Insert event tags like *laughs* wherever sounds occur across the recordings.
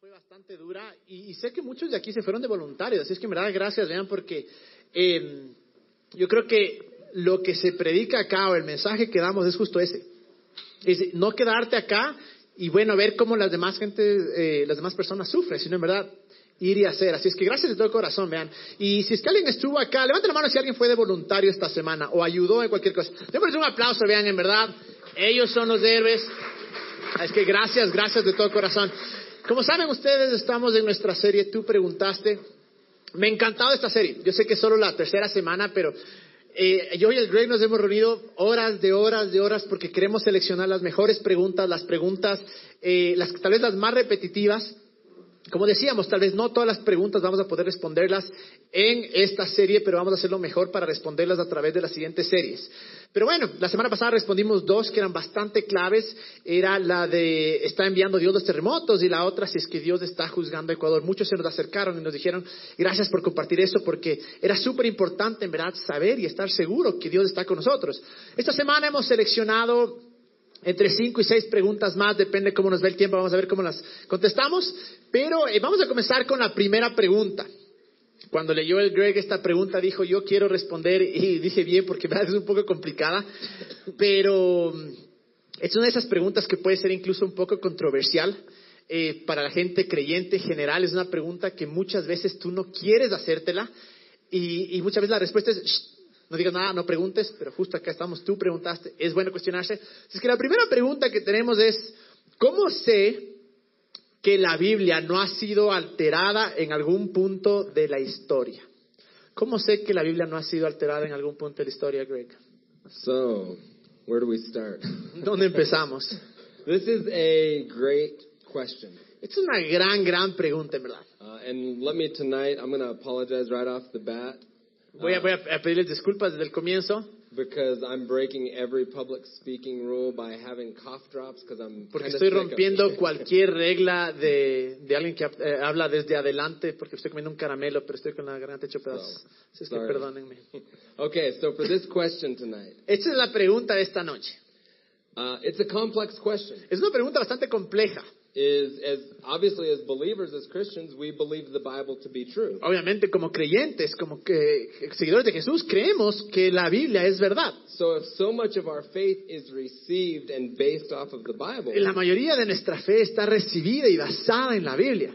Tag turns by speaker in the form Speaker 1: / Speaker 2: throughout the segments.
Speaker 1: fue bastante dura y, y, sé que muchos de aquí se fueron de voluntarios, así es que me da gracias, vean, porque eh, yo creo que lo que se predica acá o el mensaje que damos es justo ese. Es no quedarte acá y bueno, ver cómo las demás gente, eh, las demás personas sufren, sino en verdad ir y hacer. Así es que gracias de todo corazón, vean. Y si es que alguien estuvo acá, levante la mano si alguien fue de voluntario esta semana o ayudó en cualquier cosa. Démosles un aplauso, vean, en verdad. Ellos son los héroes. Ah, Es que gracias, gracias de todo corazón. Como saben ustedes, estamos en nuestra serie Tú Preguntaste. Me ha encantado esta serie. Yo sé que es solo la tercera semana, pero eh, yo y el Greg nos hemos reunido horas de horas de horas porque queremos seleccionar las mejores preguntas, las preguntas, eh, las, tal vez las más repetitivas, como decíamos, tal vez no todas las preguntas vamos a poder responderlas en esta serie, pero vamos a hacer lo mejor para responderlas a través de las siguientes series. Pero bueno, la semana pasada respondimos dos que eran bastante claves. Era la de está enviando Dios los terremotos y la otra si es que Dios está juzgando a Ecuador. Muchos se nos acercaron y nos dijeron gracias por compartir eso porque era súper importante en verdad saber y estar seguro que Dios está con nosotros. Esta semana hemos seleccionado entre cinco y seis preguntas más, depende cómo nos ve el tiempo, vamos a ver cómo las contestamos. Pero eh, vamos a comenzar con la primera pregunta. Cuando leyó el Greg esta pregunta, dijo, yo quiero responder, y dije bien, porque es un poco complicada, pero es una de esas preguntas que puede ser incluso un poco controversial. Eh, para la gente creyente en general es una pregunta que muchas veces tú no quieres hacértela y, y muchas veces la respuesta es, Shh, no digas nada, no preguntes, pero justo acá estamos, tú preguntaste, es bueno cuestionarse. Así es que la primera pregunta que tenemos es, ¿cómo sé que la Biblia no ha sido alterada en algún punto de la historia? ¿Cómo sé que la Biblia no ha sido alterada en algún punto de la historia, Greg?
Speaker 2: So, where do we start?
Speaker 1: ¿Dónde empezamos?
Speaker 2: This is a great question.
Speaker 1: Es una gran, gran pregunta, en verdad.
Speaker 2: Uh, and let me tonight, I'm going to apologize right off the bat.
Speaker 1: Voy a, voy a pedirles disculpas desde el comienzo.
Speaker 2: uh, Because I'm breaking every public speaking rule by having cough drops because I'm
Speaker 1: Porque
Speaker 2: kinda
Speaker 1: estoy
Speaker 2: sick of-
Speaker 1: rompiendo cualquier regla de, de alguien que eh, habla desde adelante, porque estoy comiendo un caramelo, pero estoy con la garganta hecho pedazos. Así es que
Speaker 2: Sorry.
Speaker 1: perdónenme.
Speaker 2: okay, so for this question tonight,
Speaker 1: Esta es la pregunta de esta noche.
Speaker 2: uh, it's a complex question.
Speaker 1: Es una pregunta bastante compleja.
Speaker 2: Is as obviously as believers, as Christians, we believe the Bible to be true.
Speaker 1: Obviamente, como creyentes, como que, seguidores de Jesús, creemos que la Biblia es verdad.
Speaker 2: So if so much of our faith is received and based off of the Bible,
Speaker 1: La mayoría de nuestra fe está recibida y basada en la Biblia.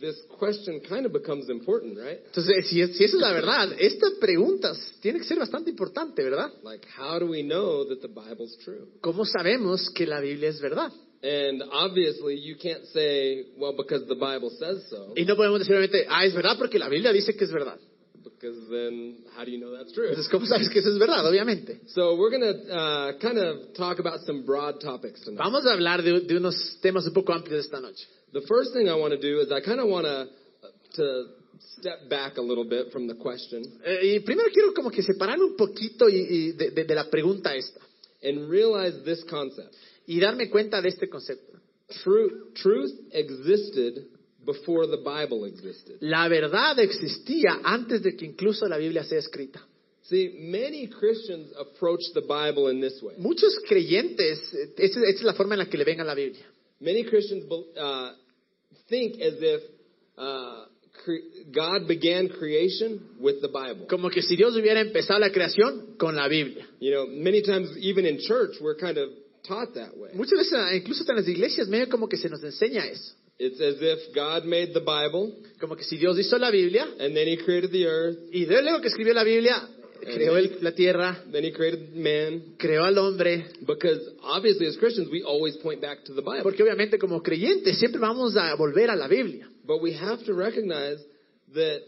Speaker 2: this question kind of becomes important, right?
Speaker 1: Entonces, si, es- si esa es la verdad, esta pregunta tiene que ser bastante importante, ¿verdad?
Speaker 2: Like, how do we know that the Bible's true?
Speaker 1: ¿Cómo sabemos que la Biblia es verdad?
Speaker 2: And obviously, you can't say, well, because the Bible says so,
Speaker 1: Y no podemos decir obviamente, ah, es verdad porque la Biblia dice que es verdad.
Speaker 2: because then how do you know that's true?
Speaker 1: Entonces, ¿cómo sabes que eso es verdad? Obviamente.
Speaker 2: So we're going to uh, kind of talk about some broad topics tonight.
Speaker 1: Vamos a hablar de, de unos temas un poco amplios esta noche.
Speaker 2: The first thing I want to do is I kind of want to to step back a little bit from the question
Speaker 1: Eh, y primero quiero como que separar un poquito y- y de, de- de la pregunta esta
Speaker 2: and realize this concept:
Speaker 1: y darme cuenta de este concepto.
Speaker 2: Tru- truth existed before the Bible existed.
Speaker 1: La verdad existía antes de que incluso la Biblia sea escrita.
Speaker 2: See, many Christians approach the Bible in this way.
Speaker 1: Muchos creyentes, eh, esa, esa es la forma en la que le ven a la Biblia.
Speaker 2: Many Christians bel- uh, think as if uh, cre- God began creation with the Bible.
Speaker 1: Como que si Dios hubiera empezado la creación con la Biblia.
Speaker 2: You know, many times, even in church, we're kind of taught that way.
Speaker 1: Muchas veces, eh, incluso hasta en las iglesias, medio como que se nos enseña eso.
Speaker 2: It's as if God made the Bible
Speaker 1: Como que si Dios hizo la Biblia,
Speaker 2: and then He created the earth,
Speaker 1: Y de luego que escribió la Biblia, creó el- la tierra,
Speaker 2: then He created man.
Speaker 1: creó al hombre.
Speaker 2: Because obviously, as Christians, we always point back to the Bible.
Speaker 1: Porque obviamente como creyentes siempre vamos a volver a la Biblia.
Speaker 2: But we have to recognize that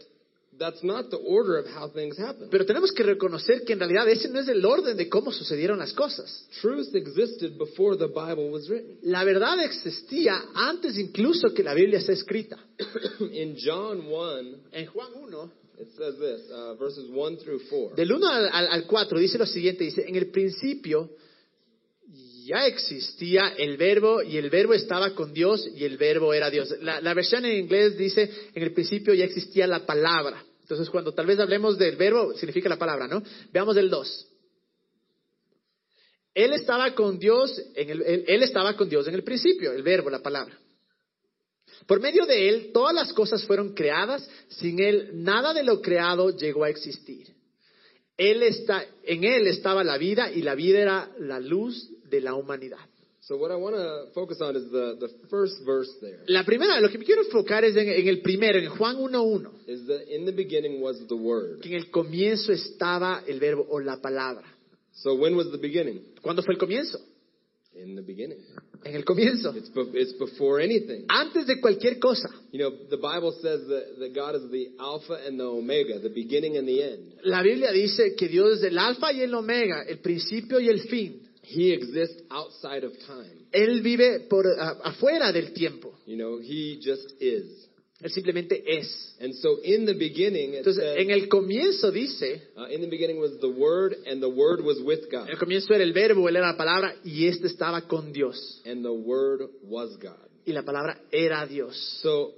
Speaker 2: that's not the order of how things happen.
Speaker 1: Pero tenemos que reconocer que en realidad ese no es el orden de cómo sucedieron las cosas.
Speaker 2: Truth existed before the Bible was written. *clears throat*
Speaker 1: La verdad existía antes incluso que la Biblia sea escrita.
Speaker 2: in John 1,
Speaker 1: En Juan 1,
Speaker 2: It says this, uh, verses 1 through 4.
Speaker 1: del 1 al, al- al 4 dice lo siguiente, dice, en el principio ya existía el verbo y el verbo estaba con Dios y el verbo era Dios. La, la versión en inglés dice, en el principio ya existía la palabra. Entonces cuando tal vez hablemos del verbo, significa la palabra, ¿no? Veamos el 2. Él estaba con Dios en el, él, él estaba con Dios en el principio, el verbo, la palabra. Por medio de Él, todas las cosas fueron creadas, sin Él nada de lo creado llegó a existir. Él está, en Él estaba la vida y la vida era la luz de la humanidad.
Speaker 2: So what I want to focus on is the, the first verse there.
Speaker 1: La primera, lo que me quiero enfocar es en, en el primero, en Juan 1.1,
Speaker 2: Is that in the beginning was the Word.
Speaker 1: que en el comienzo estaba el verbo o la palabra.
Speaker 2: So when was the beginning?
Speaker 1: ¿Cuándo fue el comienzo?
Speaker 2: In the beginning.
Speaker 1: En el comienzo.
Speaker 2: It's, be- it's before anything.
Speaker 1: Antes de cualquier cosa.
Speaker 2: You know, the Bible says that, that God is the Alpha and the Omega, the beginning and the end.
Speaker 1: La Biblia dice que Dios es el alfa y el omega, el principio y el fin.
Speaker 2: He exists outside of time.
Speaker 1: Él vive por a- afuera del tiempo.
Speaker 2: You know, He just is.
Speaker 1: Él simplemente es.
Speaker 2: And so in the beginning, it
Speaker 1: Entonces, en
Speaker 2: says,
Speaker 1: el comienzo dice,
Speaker 2: uh, in the beginning was the Word, and the Word was with God,
Speaker 1: en el comienzo era el verbo, él era la palabra y éste estaba con Dios.
Speaker 2: and the Word was God.
Speaker 1: Y la palabra era Dios.
Speaker 2: So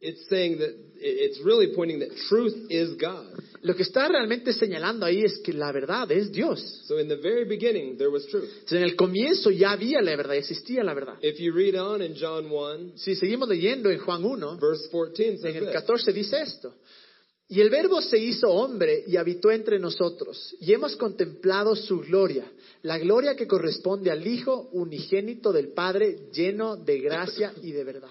Speaker 2: it's saying that it- it's really pointing that truth is God.
Speaker 1: Lo que está realmente señalando ahí es que la verdad es Dios.
Speaker 2: So in the very beginning, there was truth.
Speaker 1: Entonces, en el comienzo ya había la verdad, existía la verdad.
Speaker 2: If you read on in John 1,
Speaker 1: Si seguimos leyendo en Juan 1,
Speaker 2: verse 14 says
Speaker 1: En el
Speaker 2: this,
Speaker 1: 14 dice esto. Y el verbo se hizo hombre y habitó entre nosotros, y hemos contemplado su gloria, la gloria que corresponde al Hijo unigénito del Padre, lleno de gracia y de verdad.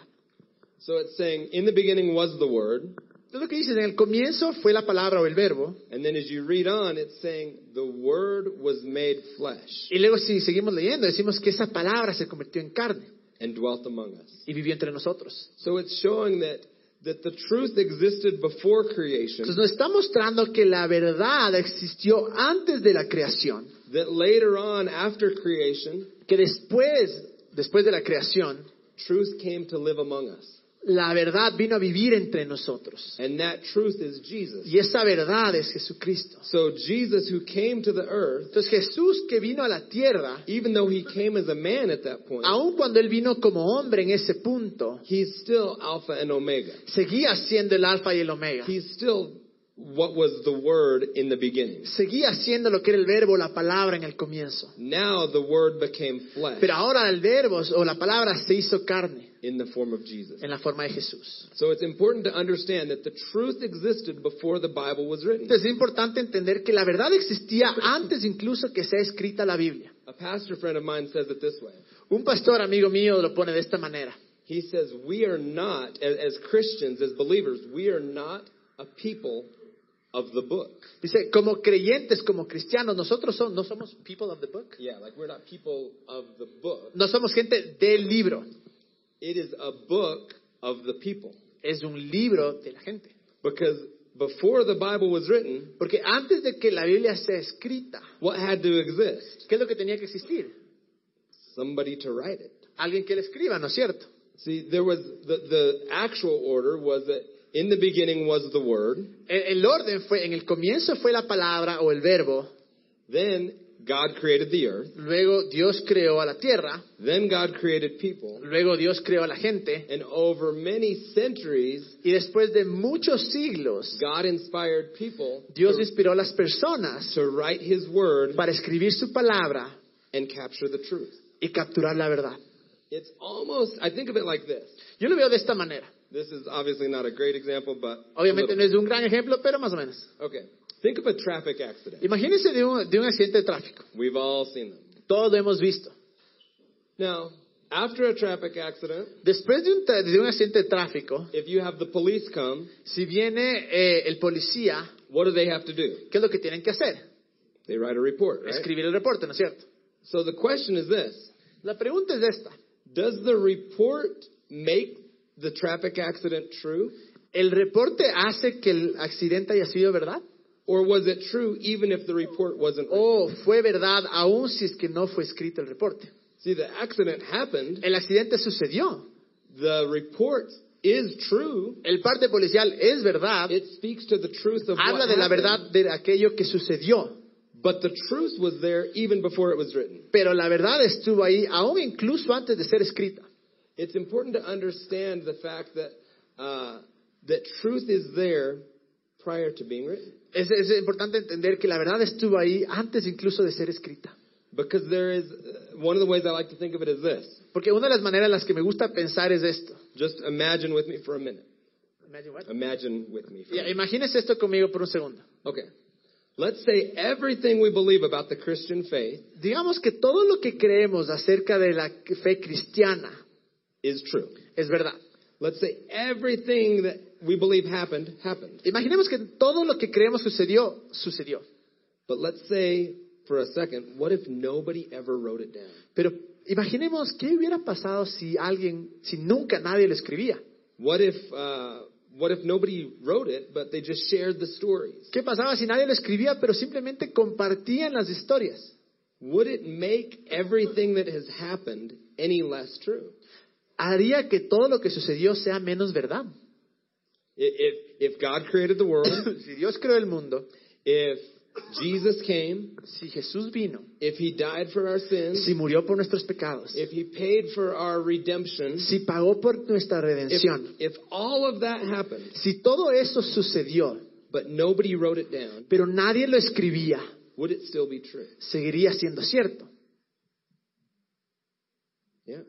Speaker 2: So it's saying, in the beginning was the Word.
Speaker 1: Entonces lo que dice, en el comienzo fue la palabra o el verbo,
Speaker 2: And then as you read on, it's saying, the Word was made flesh
Speaker 1: y luego si seguimos leyendo, decimos que esa palabra se convirtió en carne
Speaker 2: and dwelt among us.
Speaker 1: y vivió entre nosotros.
Speaker 2: So it's showing that, that the truth existed before creation,
Speaker 1: Entonces nos está mostrando que la verdad existió antes de la creación,
Speaker 2: that later on, after creation,
Speaker 1: que después, después de la creación,
Speaker 2: truth came to live among us.
Speaker 1: la verdad vino a vivir entre nosotros.
Speaker 2: And that truth is Jesus.
Speaker 1: Y esa verdad es Jesucristo.
Speaker 2: So Jesus, who came to the earth,
Speaker 1: Entonces Jesús que vino a la tierra,
Speaker 2: even though he came as a man at that point,
Speaker 1: aun cuando él vino como hombre en ese punto,
Speaker 2: he's still Alpha and Omega.
Speaker 1: seguía siendo el alfa y el omega.
Speaker 2: He's still what was the Word in the beginning.
Speaker 1: Seguía siendo lo que era el verbo, la palabra en el comienzo.
Speaker 2: Now the Word became flesh
Speaker 1: Pero ahora el verbo o la palabra se hizo carne
Speaker 2: in the form of Jesus.
Speaker 1: en la forma de Jesús.
Speaker 2: So it's important to understand that the truth existed before the Bible was written.
Speaker 1: Entonces es importante entender que la verdad existía antes incluso que sea escrita la Biblia.
Speaker 2: A pastor friend of mine says it this way.
Speaker 1: Un pastor amigo mío lo pone de esta manera.
Speaker 2: He says, We are not, as, as Christians, as believers, we are not a people of the book.
Speaker 1: Dice, como creyentes, como cristianos, nosotros son- no somos people of the book.
Speaker 2: Yeah, like we're not people of the book.
Speaker 1: No somos gente del libro,
Speaker 2: It is a book of the people.
Speaker 1: es un libro de la gente.
Speaker 2: Because before the Bible was written,
Speaker 1: Porque antes de que la Biblia sea escrita,
Speaker 2: what had to exist?
Speaker 1: ¿qué es lo que tenía que existir?
Speaker 2: Somebody to write it.
Speaker 1: Alguien que la escriba, ¿no es cierto?
Speaker 2: See, there was the, the actual order was that in the beginning was the Word.
Speaker 1: El, el orden fue, en el comienzo fue la palabra o el verbo,
Speaker 2: Then God created the earth.
Speaker 1: luego Dios creó a la tierra,
Speaker 2: Then God created people.
Speaker 1: luego Dios creó a la gente,
Speaker 2: And over many centuries,
Speaker 1: y después de muchos siglos,
Speaker 2: God inspired people
Speaker 1: Dios
Speaker 2: to,
Speaker 1: inspiró a las personas
Speaker 2: to write His Word
Speaker 1: para escribir su palabra
Speaker 2: and capture the truth.
Speaker 1: y capturar la verdad.
Speaker 2: It's almost, I think of it like this.
Speaker 1: Yo lo veo de esta manera.
Speaker 2: This is obviously not a great example, but. a
Speaker 1: Obviamente
Speaker 2: little.
Speaker 1: no es de un gran ejemplo, pero más o menos.
Speaker 2: Okay. Think of a traffic accident.
Speaker 1: Imagínense de un, de un accidente de tráfico.
Speaker 2: We've all seen them.
Speaker 1: Todos lo hemos visto.
Speaker 2: Now, after a traffic accident,
Speaker 1: Después de un, tra- de un accidente de tráfico,
Speaker 2: if you have the police come,
Speaker 1: si viene eh, el policía,
Speaker 2: what do they have to do?
Speaker 1: ¿qué es lo que tienen que hacer?
Speaker 2: They write a report, right?
Speaker 1: Escribir el reporte, ¿no es cierto?
Speaker 2: So the question is this.
Speaker 1: La pregunta es esta.
Speaker 2: Does the report make the traffic accident true?
Speaker 1: ¿El reporte hace que el accidente haya sido verdad?
Speaker 2: Or was it true even if the report wasn't? written?
Speaker 1: ¿O fue verdad aún si es que no fue escrito el reporte?
Speaker 2: See, the accident happened.
Speaker 1: El accidente sucedió.
Speaker 2: The report is true.
Speaker 1: El parte policial es verdad.
Speaker 2: It speaks to the truth of
Speaker 1: Habla
Speaker 2: what
Speaker 1: de la
Speaker 2: happened.
Speaker 1: verdad de aquello que sucedió.
Speaker 2: But the truth was there even before it was written.
Speaker 1: Pero la verdad estuvo ahí aún incluso antes de ser escrita.
Speaker 2: It's important to understand the fact that uh, that truth is there prior to being written,
Speaker 1: Es, es importante entender que la verdad estuvo ahí antes incluso de ser escrita.
Speaker 2: because there is uh, one of the ways I like to think of it is this:
Speaker 1: Porque una de las maneras en las que me gusta pensar es esto.
Speaker 2: Just imagine with me for a minute.
Speaker 1: Imagine what?
Speaker 2: Imagine with me. For a
Speaker 1: Ya,
Speaker 2: minute.
Speaker 1: imagínense eh, esto conmigo por un segundo.
Speaker 2: Okay. Let's say everything we believe about the Christian faith
Speaker 1: Digamos que todo lo que creemos acerca de la fe cristiana
Speaker 2: is true.
Speaker 1: es verdad.
Speaker 2: Let's say everything that we believe happened happened.
Speaker 1: Imaginemos que todo lo que creemos sucedió, sucedió.
Speaker 2: But let's say for a second, what if nobody ever wrote it down?
Speaker 1: Pero imaginemos qué hubiera pasado si alguien, si nunca nadie lo escribía.
Speaker 2: What if uh, what if nobody wrote it, but they just shared the stories?
Speaker 1: ¿Qué pasaba si nadie lo escribía, pero simplemente compartían las historias?
Speaker 2: Would it make everything that has happened any less true?
Speaker 1: Haría que todo lo que sucedió sea menos verdad.
Speaker 2: I- If if God created the world,
Speaker 1: *coughs* Si Dios creó el mundo,
Speaker 2: if Jesus came,
Speaker 1: si Jesús vino,
Speaker 2: if He died for our sins,
Speaker 1: si murió por nuestros pecados,
Speaker 2: if He paid for our redemption,
Speaker 1: si pagó por nuestra redención,
Speaker 2: if, if all of that happened,
Speaker 1: si todo eso sucedió,
Speaker 2: but nobody wrote it down,
Speaker 1: pero nadie lo escribía,
Speaker 2: would it still be true?
Speaker 1: seguiría siendo cierto.
Speaker 2: Yeah.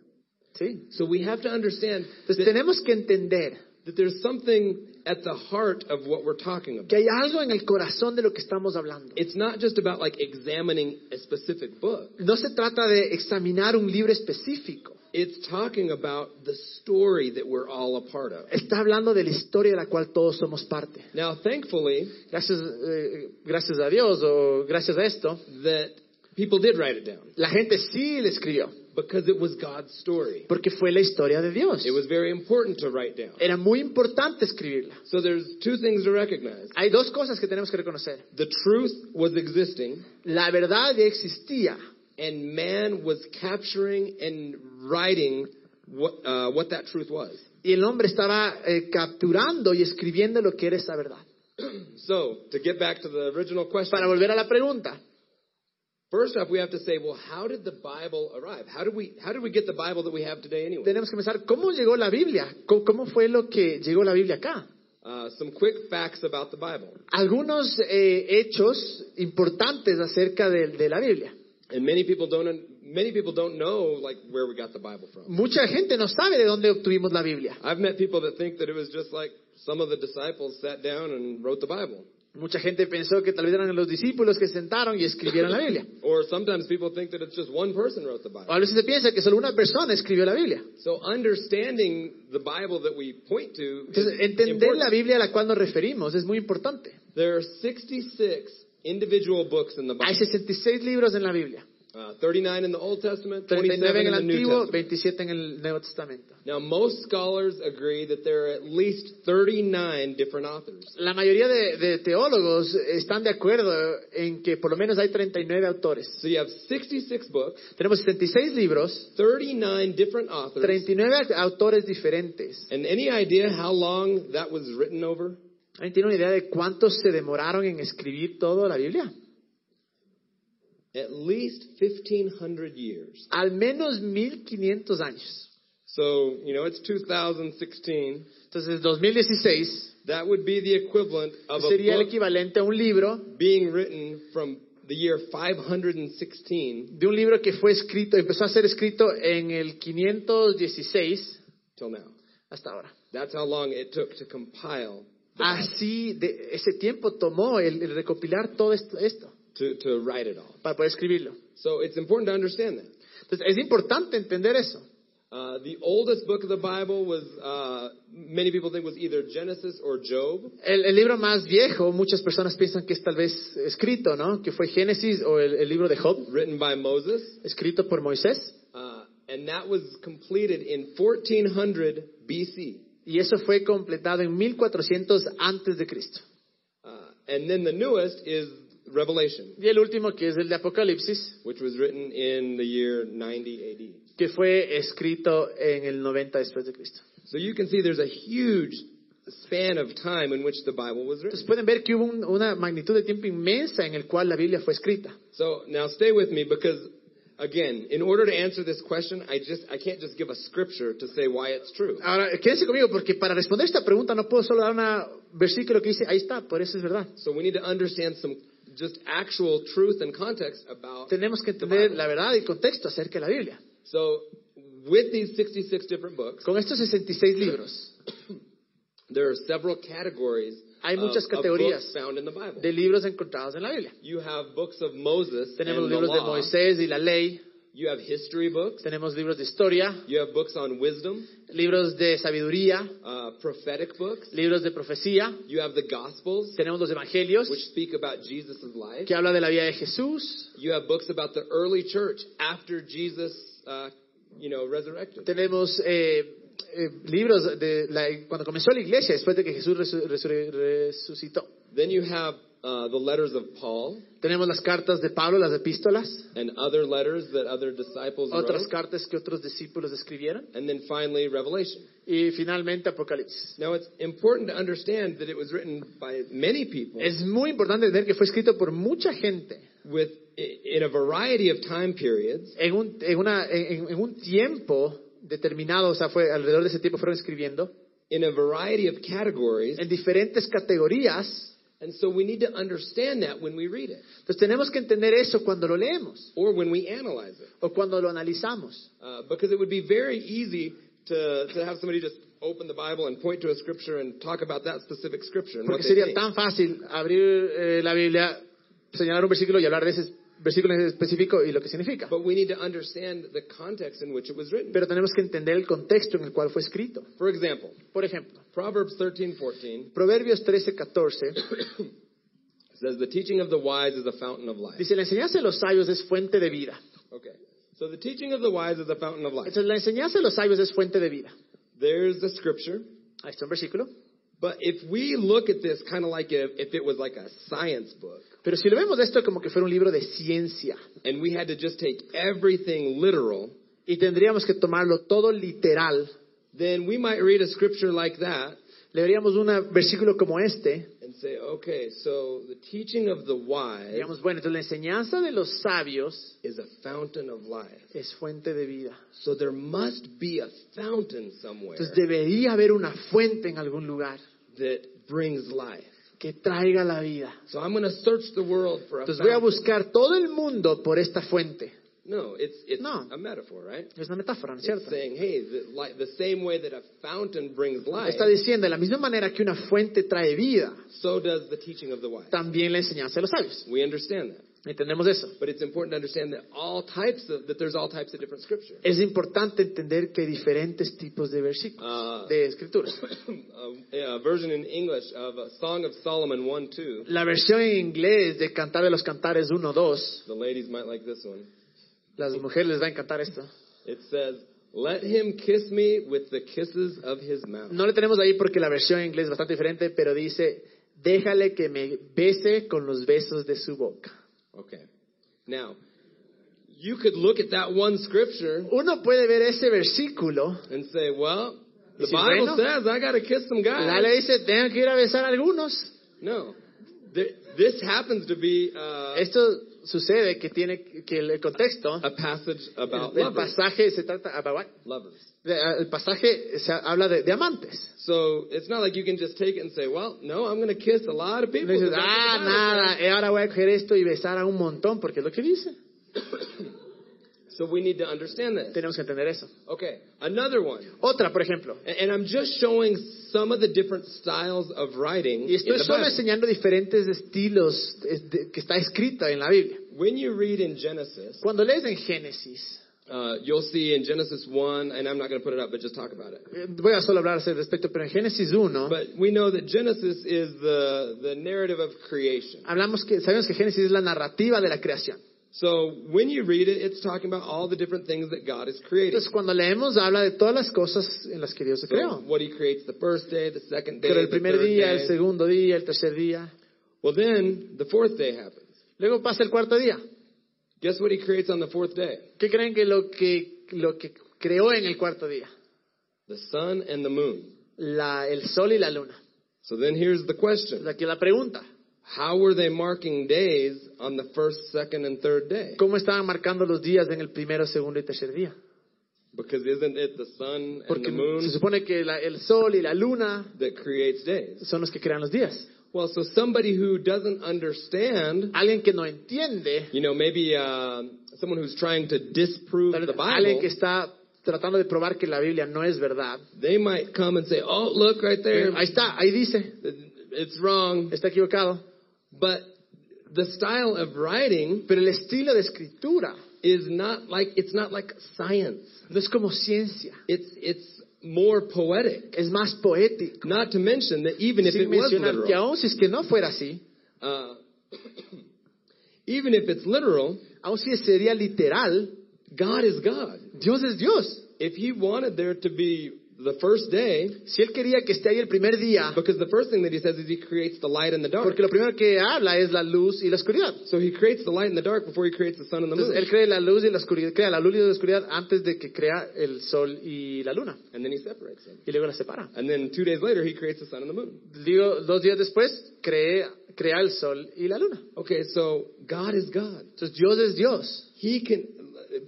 Speaker 1: ¿sí?
Speaker 2: So we have to understand
Speaker 1: Entonces
Speaker 2: that,
Speaker 1: tenemos que entender
Speaker 2: that there's something at the heart of what we're talking about.
Speaker 1: que hay algo en el corazón de lo que estamos hablando.
Speaker 2: It's not just about like examining a specific book.
Speaker 1: No se trata de examinar un libro específico.
Speaker 2: It's talking about the story that we're all a part of.
Speaker 1: Está hablando de la historia de la cual todos somos parte.
Speaker 2: Now, thankfully,
Speaker 1: Gracias, eh, gracias a Dios o gracias a esto,
Speaker 2: that people did write it down
Speaker 1: la gente sí le escribió,
Speaker 2: because it was God's story.
Speaker 1: porque fue la historia de Dios.
Speaker 2: It was very important to write down.
Speaker 1: Era muy importante escribirla.
Speaker 2: So there's two things to recognize.
Speaker 1: Hay dos cosas que tenemos que reconocer.
Speaker 2: The truth was existing
Speaker 1: La verdad ya existía
Speaker 2: and man was capturing and writing what, uh, what that truth was.
Speaker 1: y el hombre estaba eh, capturando y escribiendo lo que era esa verdad.
Speaker 2: So, to get back to the original
Speaker 1: Para
Speaker 2: question,
Speaker 1: volver a la pregunta,
Speaker 2: first off, we have to say, well, how did the Bible arrive? How did we, how did we get the Bible that we have today anyway?
Speaker 1: tenemos que pensar cómo llegó la Biblia, cómo, cómo fue lo que llegó la Biblia acá.
Speaker 2: Uh, some quick facts about the Bible.
Speaker 1: Algunos eh, hechos importantes acerca de, de la Biblia.
Speaker 2: And many people don't, many people don't know, like, where we got the Bible from.
Speaker 1: Mucha gente no sabe de dónde obtuvimos la Biblia.
Speaker 2: I've met people that think that it was just like some of the disciples sat down and wrote the Bible.
Speaker 1: Mucha gente pensó que tal vez eran los discípulos que se sentaron y escribieron la Biblia.
Speaker 2: Or sometimes people think that it's just one person wrote the
Speaker 1: O
Speaker 2: Bible.
Speaker 1: a veces se piensa que solo una persona escribió la Biblia.
Speaker 2: So understanding the Bible that we point to is
Speaker 1: Entonces, entender la
Speaker 2: important.
Speaker 1: Biblia a la cual nos referimos es muy importante.
Speaker 2: There are 66 individual books in the
Speaker 1: Hay
Speaker 2: Bible.
Speaker 1: 66 libros en la Biblia,
Speaker 2: Uh, 39 in the Old Testament,
Speaker 1: 39
Speaker 2: 27
Speaker 1: en
Speaker 2: in
Speaker 1: el
Speaker 2: the New
Speaker 1: Antiguo,
Speaker 2: Testament.
Speaker 1: 27 en el Nuevo Testamento.
Speaker 2: Now, most scholars agree that there are at least 39 different authors.
Speaker 1: La mayoría de, de teólogos están de acuerdo en que por lo menos hay 39 autores.
Speaker 2: So you have 66 books,
Speaker 1: Tenemos 66 libros,
Speaker 2: 39 different authors.
Speaker 1: 39 autores diferentes.
Speaker 2: And any idea how long that was written over?
Speaker 1: ¿Alguien tiene una idea de cuántos se demoraron en escribir toda la Biblia?
Speaker 2: At least 1,500 years.
Speaker 1: Al menos 1500 años.
Speaker 2: So, you know, it's 2016.
Speaker 1: Entonces, 2016
Speaker 2: That would be the equivalent of a
Speaker 1: sería el
Speaker 2: book
Speaker 1: equivalente a un libro,
Speaker 2: being written from the year 516
Speaker 1: de un libro que fue escrito, empezó a ser escrito en el 516
Speaker 2: till now.
Speaker 1: hasta ahora.
Speaker 2: That's how long it took to compile,
Speaker 1: Ah. Así, de ese tiempo tomó el, el recopilar todo esto, esto
Speaker 2: to, to write it all.
Speaker 1: para poder escribirlo.
Speaker 2: So it's important to understand that.
Speaker 1: Entonces, es importante entender eso.
Speaker 2: Uh, the oldest book of the Bible was, uh, many people think was either Genesis or Job.
Speaker 1: El, el libro más viejo, muchas personas piensan que es tal vez escrito, ¿no? Que fue Génesis o el, el libro de Job,
Speaker 2: written by Moses,
Speaker 1: escrito por Moisés.
Speaker 2: uh, and that was completed in 1400 BC.
Speaker 1: Y eso fue completado en 1400 antes de Cristo.
Speaker 2: Uh, and then the newest is Revelation,
Speaker 1: Y el último, que es el de Apocalipsis,
Speaker 2: which was written in the year 90 AD.
Speaker 1: que fue escrito en el 90 después de Cristo.
Speaker 2: So you can see there's a huge span of time in which the Bible was
Speaker 1: Entonces
Speaker 2: written.
Speaker 1: pueden ver que hubo un- una magnitud de tiempo inmensa en el cual la Biblia fue escrita.
Speaker 2: So now stay with me because again, in order to answer this question, I just I can't just give a scripture to say why it's true.
Speaker 1: Ahora, quédense conmigo porque para responder esta pregunta no puedo solo dar un versículo que dice, ahí está, por eso es verdad.
Speaker 2: So we need to understand some just actual truth and context about
Speaker 1: Tenemos que entender la verdad y el contexto acerca de la Biblia.
Speaker 2: So with these 66 different books,
Speaker 1: Con estos 66 libros
Speaker 2: there are several categories
Speaker 1: Hay muchas
Speaker 2: of, of
Speaker 1: categorías
Speaker 2: books found in the Bible.
Speaker 1: de libros encontrados en la Biblia.
Speaker 2: You have books of Moses and the
Speaker 1: Tenemos libros de
Speaker 2: law.
Speaker 1: Moisés y la ley,
Speaker 2: You have history books.
Speaker 1: tenemos libros de historia,
Speaker 2: You have books on wisdom,
Speaker 1: libros de sabiduría,
Speaker 2: uh, prophetic books.
Speaker 1: libros de profecía,
Speaker 2: You have the Gospels,
Speaker 1: tenemos los evangelios
Speaker 2: which speak about Jesus' life.
Speaker 1: que habla de la vida de Jesús,
Speaker 2: You have books about the early church after Jesus, uh, you know, resurrected.
Speaker 1: tenemos eh, eh, libros de la- cuando comenzó la iglesia después de que Jesús resu- resu- resucitó.
Speaker 2: Then you have uh, the letters of Paul
Speaker 1: Tenemos las cartas de Pablo, las epístolas,
Speaker 2: and other letters that other disciples
Speaker 1: otras
Speaker 2: wrote.
Speaker 1: cartas que otros discípulos escribieron
Speaker 2: And then finally, Revelation.
Speaker 1: y finalmente Apocalipsis.
Speaker 2: Now, it's important to understand that it was written by many people
Speaker 1: Es muy importante entender que fue escrito por mucha gente
Speaker 2: with i- in a variety of time periods,
Speaker 1: en un, en una- en- en un tiempo determinado, o sea, fue alrededor de ese tiempo fueron escribiendo
Speaker 2: in a variety of categories.
Speaker 1: en diferentes categorías.
Speaker 2: And so we need to understand that when we read it
Speaker 1: Entonces tenemos que entender eso cuando lo leemos
Speaker 2: or when we analyze it.
Speaker 1: o cuando lo analizamos.
Speaker 2: Uh, because it would be very easy to, to have somebody just open the Bible and point to a scripture and talk about that specific scripture and what
Speaker 1: Porque
Speaker 2: they
Speaker 1: sería
Speaker 2: think.
Speaker 1: tan fácil abrir eh, la Biblia, señalar un versículo y hablar de ese versículo en específico y lo que significa.
Speaker 2: But we need to understand the context in which it was written.
Speaker 1: Pero tenemos que entender el contexto en el cual fue escrito.
Speaker 2: For example,
Speaker 1: Por ejemplo,
Speaker 2: Proverbs 13:14
Speaker 1: Proverbios 13, 14
Speaker 2: says, "The teaching of the wise is a fountain of life."
Speaker 1: dice, la enseñanza de los sabios es fuente de vida.
Speaker 2: Okay. So the teaching of the wise is a fountain of life.
Speaker 1: Entonces, la enseñanza de los sabios es fuente de vida.
Speaker 2: There's a scripture,
Speaker 1: Ahí está un versículo.
Speaker 2: but if we look at this kind of like if, if it was like a science book
Speaker 1: Pero si lo vemos de esto como que fuera un libro de ciencia
Speaker 2: and we had to just take everything literal,
Speaker 1: y tendríamos que tomarlo todo literal,
Speaker 2: then we might read a scripture like that
Speaker 1: le veríamos un versículo como este,
Speaker 2: and say, "Okay, so the teaching of the wise
Speaker 1: digamos, bueno, entonces la enseñanza de los sabios
Speaker 2: is a fountain of life."
Speaker 1: es fuente de vida.
Speaker 2: So there must be a fountain somewhere
Speaker 1: Entonces debería haber una fuente en algún lugar
Speaker 2: that brings life.
Speaker 1: que traiga la vida.
Speaker 2: So I'm going to search the world for a
Speaker 1: Entonces voy a
Speaker 2: fountain.
Speaker 1: buscar todo el mundo por esta fuente.
Speaker 2: No, it's it's
Speaker 1: No.
Speaker 2: a metaphor, right?
Speaker 1: Es una metáfora, ¿no es
Speaker 2: It's
Speaker 1: cierto?
Speaker 2: saying, hey, the, like, the same way that a fountain brings life,
Speaker 1: Está diciendo, de la misma manera que una fuente trae vida,
Speaker 2: so does the teaching of the wise.
Speaker 1: también la enseñanza de los sabios.
Speaker 2: We understand that,
Speaker 1: Entendemos eso.
Speaker 2: but it's important to understand that all types of that there's all types of different scripture. *coughs*
Speaker 1: Es importante entender que hay diferentes tipos de versículos,
Speaker 2: Ah.
Speaker 1: de escrituras.
Speaker 2: a, Um, a version in English of a Song of Solomon one two.
Speaker 1: La versión en inglés de Cantar de los Cantares 1-2,
Speaker 2: The ladies might like this one.
Speaker 1: las mujeres les va a encantar esto.
Speaker 2: It says, "Let him kiss me with the kisses of his mouth."
Speaker 1: No le tenemos ahí porque la versión en inglés es bastante diferente, pero dice, déjale que me bese con los besos de su boca.
Speaker 2: Okay. Now, you could look at that one scripture
Speaker 1: Uno puede ver ese versículo,
Speaker 2: and say, well, the
Speaker 1: Is he
Speaker 2: Bible
Speaker 1: bueno?
Speaker 2: says I got to kiss some guy.
Speaker 1: la le dice, tengo que ir a besar a algunos.
Speaker 2: No. Th- This happens to be uh,
Speaker 1: Esto sucede que tiene que el contexto,
Speaker 2: a passage about
Speaker 1: el, el
Speaker 2: lovers.
Speaker 1: pasaje se trata,
Speaker 2: lovers.
Speaker 1: ah, el pasaje se habla de- de amantes.
Speaker 2: So it's not like you can just take it and say, well, no, I'm going to kiss a lot of people.
Speaker 1: No dices,
Speaker 2: 'cause that's
Speaker 1: ah,
Speaker 2: what the Bible
Speaker 1: nada,
Speaker 2: says."
Speaker 1: eh, ahora voy a coger esto y besar a un montón, porque es lo que dice.
Speaker 2: *coughs* So we need to understand this.
Speaker 1: Tenemos que entender eso.
Speaker 2: Okay, another one.
Speaker 1: Otra, por ejemplo.
Speaker 2: A- And I'm just showing some of the different styles of writing.
Speaker 1: Y
Speaker 2: in
Speaker 1: estoy
Speaker 2: the
Speaker 1: solo
Speaker 2: Bible.
Speaker 1: enseñando diferentes estilos es, de- que está escrita en la Biblia.
Speaker 2: When you read in Genesis,
Speaker 1: Cuando lees en Génesis,
Speaker 2: uh, you'll see in Genesis 1, and I'm not going to put it up, but just talk about it.
Speaker 1: eh, voy a solo hablar al respecto, pero en Génesis 1,
Speaker 2: But we know that Genesis is the, the narrative of creation.
Speaker 1: hablamos que, sabemos que Génesis es la narrativa de la creación.
Speaker 2: So when you read it, it's talking about all the different things that God has created.
Speaker 1: Entonces, cuando leemos, habla de todas las cosas en las que Dios se
Speaker 2: So
Speaker 1: creó.
Speaker 2: what he creates the first day, the second day,
Speaker 1: Pero el
Speaker 2: the
Speaker 1: primer
Speaker 2: third
Speaker 1: día, el
Speaker 2: day.
Speaker 1: segundo día, el tercer día.
Speaker 2: Well, then the fourth day happens.
Speaker 1: Luego pasa el cuarto día.
Speaker 2: Guess what he creates on the fourth day?
Speaker 1: ¿Qué creen que lo que, lo que creó en el cuarto día?
Speaker 2: The sun and the moon.
Speaker 1: la, el sol y la luna.
Speaker 2: So then here's the
Speaker 1: Pues
Speaker 2: question.
Speaker 1: aquí la pregunta,
Speaker 2: How were they marking days on the first, second, and third day?
Speaker 1: ¿cómo estaban marcando los días en el primero, segundo y tercer día?
Speaker 2: Because isn't it the sun and
Speaker 1: Porque
Speaker 2: the
Speaker 1: se
Speaker 2: moon
Speaker 1: supone que la- el sol y la luna
Speaker 2: that creates days?
Speaker 1: son los que crean los días.
Speaker 2: Well, so somebody who doesn't understand,
Speaker 1: Alguien que no entiende,
Speaker 2: you know, maybe uh, someone who's trying to disprove
Speaker 1: tal vez
Speaker 2: the
Speaker 1: alguien
Speaker 2: Bible
Speaker 1: que está tratando de probar que la Biblia no es verdad, Eh,
Speaker 2: they might come and say, oh, look right there.
Speaker 1: ahí está, ahí dice,
Speaker 2: It's wrong.
Speaker 1: está equivocado.
Speaker 2: But the style of writing
Speaker 1: Pero el estilo de escritura
Speaker 2: is not like, it's not like science.
Speaker 1: no es como ciencia,
Speaker 2: It's, it's more poetic.
Speaker 1: es más poético.
Speaker 2: Not to mention that even if
Speaker 1: Sin
Speaker 2: it was
Speaker 1: mencionar que
Speaker 2: literal,
Speaker 1: aún si es que no fuera así,
Speaker 2: uh, *coughs* even if it's literal,
Speaker 1: aún si sería literal,
Speaker 2: God is God.
Speaker 1: Dios es Dios.
Speaker 2: If He wanted there to be the first day,
Speaker 1: Si Él quería que esté ahí el primer día,
Speaker 2: because the first thing that He says is He creates the light and the dark.
Speaker 1: porque lo primero que habla es la luz y la oscuridad.
Speaker 2: So He creates the light and the dark before He creates the sun and the
Speaker 1: Entonces Él
Speaker 2: moon.
Speaker 1: crea la luz y la oscuridad, crea la luz y la oscuridad antes de que crea el sol y la luna,
Speaker 2: And then He separates them.
Speaker 1: y luego las separa.
Speaker 2: And then two days later, He creates the sun and the moon.
Speaker 1: Digo, dos días después, cree- crea el sol y la luna.
Speaker 2: Okay, so God is God.
Speaker 1: Entonces Dios es Dios.
Speaker 2: He can.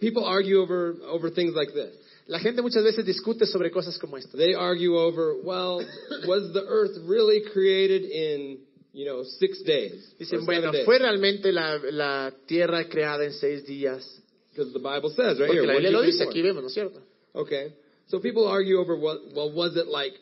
Speaker 2: People argue over over things like this.
Speaker 1: La gente muchas veces discute sobre cosas como esta.
Speaker 2: They argue over, well, was the earth really created in, you know, six days? Or
Speaker 1: Dicen,
Speaker 2: seven
Speaker 1: bueno,
Speaker 2: days?
Speaker 1: ¿fue realmente la, la tierra creada en seis días?
Speaker 2: Because the Bible says right
Speaker 1: Porque
Speaker 2: here.
Speaker 1: la
Speaker 2: one,
Speaker 1: Biblia
Speaker 2: two,
Speaker 1: lo
Speaker 2: three,
Speaker 1: dice,
Speaker 2: four.
Speaker 1: aquí vemos, ¿no es cierto?
Speaker 2: Okay. So people argue over what. Well, was it like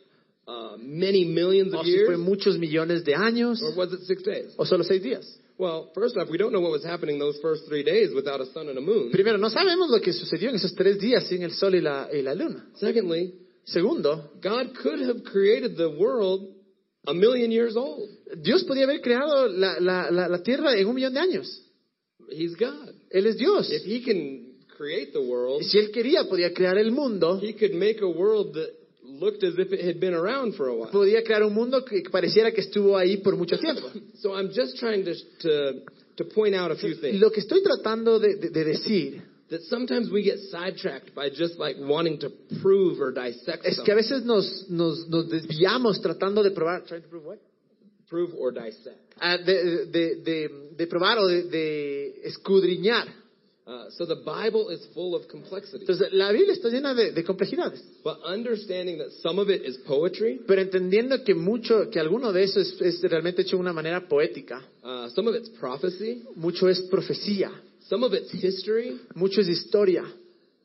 Speaker 2: uh, many millions
Speaker 1: O
Speaker 2: of
Speaker 1: Oh, si fue
Speaker 2: years, Oh,
Speaker 1: muchos millones de años,
Speaker 2: or was it six days?
Speaker 1: o solo seis días.
Speaker 2: Well, first off, we don't know what was happening those first three days without a sun and a moon.
Speaker 1: Primero, no sabemos lo que sucedió en esos tres días sin el sol y la, y la luna.
Speaker 2: Secondly,
Speaker 1: Segundo,
Speaker 2: God could have created the world a million years old.
Speaker 1: Dios podía haber creado la, la- la- la tierra en un millón de años.
Speaker 2: He's God.
Speaker 1: Él es Dios.
Speaker 2: If He can create the world,
Speaker 1: Y si Él quería, podía crear el mundo.
Speaker 2: He could make a world that looked as if it had been around for a while.
Speaker 1: Podía crear un mundo que pareciera que estuvo ahí por mucho *laughs* tiempo.
Speaker 2: So I'm just trying to to, to point out a few
Speaker 1: Y
Speaker 2: things
Speaker 1: Lo que estoy tratando de, de- de decir
Speaker 2: that sometimes we get sidetracked by just like wanting to prove or dissect
Speaker 1: es que a
Speaker 2: something.
Speaker 1: veces nos, nos- nos desviamos tratando de probar, trying to prove what?
Speaker 2: Prove or dissect.
Speaker 1: Ah, de, de- de- de probar o de, de escudriñar.
Speaker 2: Uh, so the Bible is full of complexity,
Speaker 1: Entonces, la Biblia está llena de- de complejidades.
Speaker 2: but understanding that some of it is poetry,
Speaker 1: Pero entendiendo que mucho, que alguno de eso es, es realmente hecho de una manera poética,
Speaker 2: uh, some of it's prophecy,
Speaker 1: mucho es profecía,
Speaker 2: some of it's history.
Speaker 1: mucho es historia.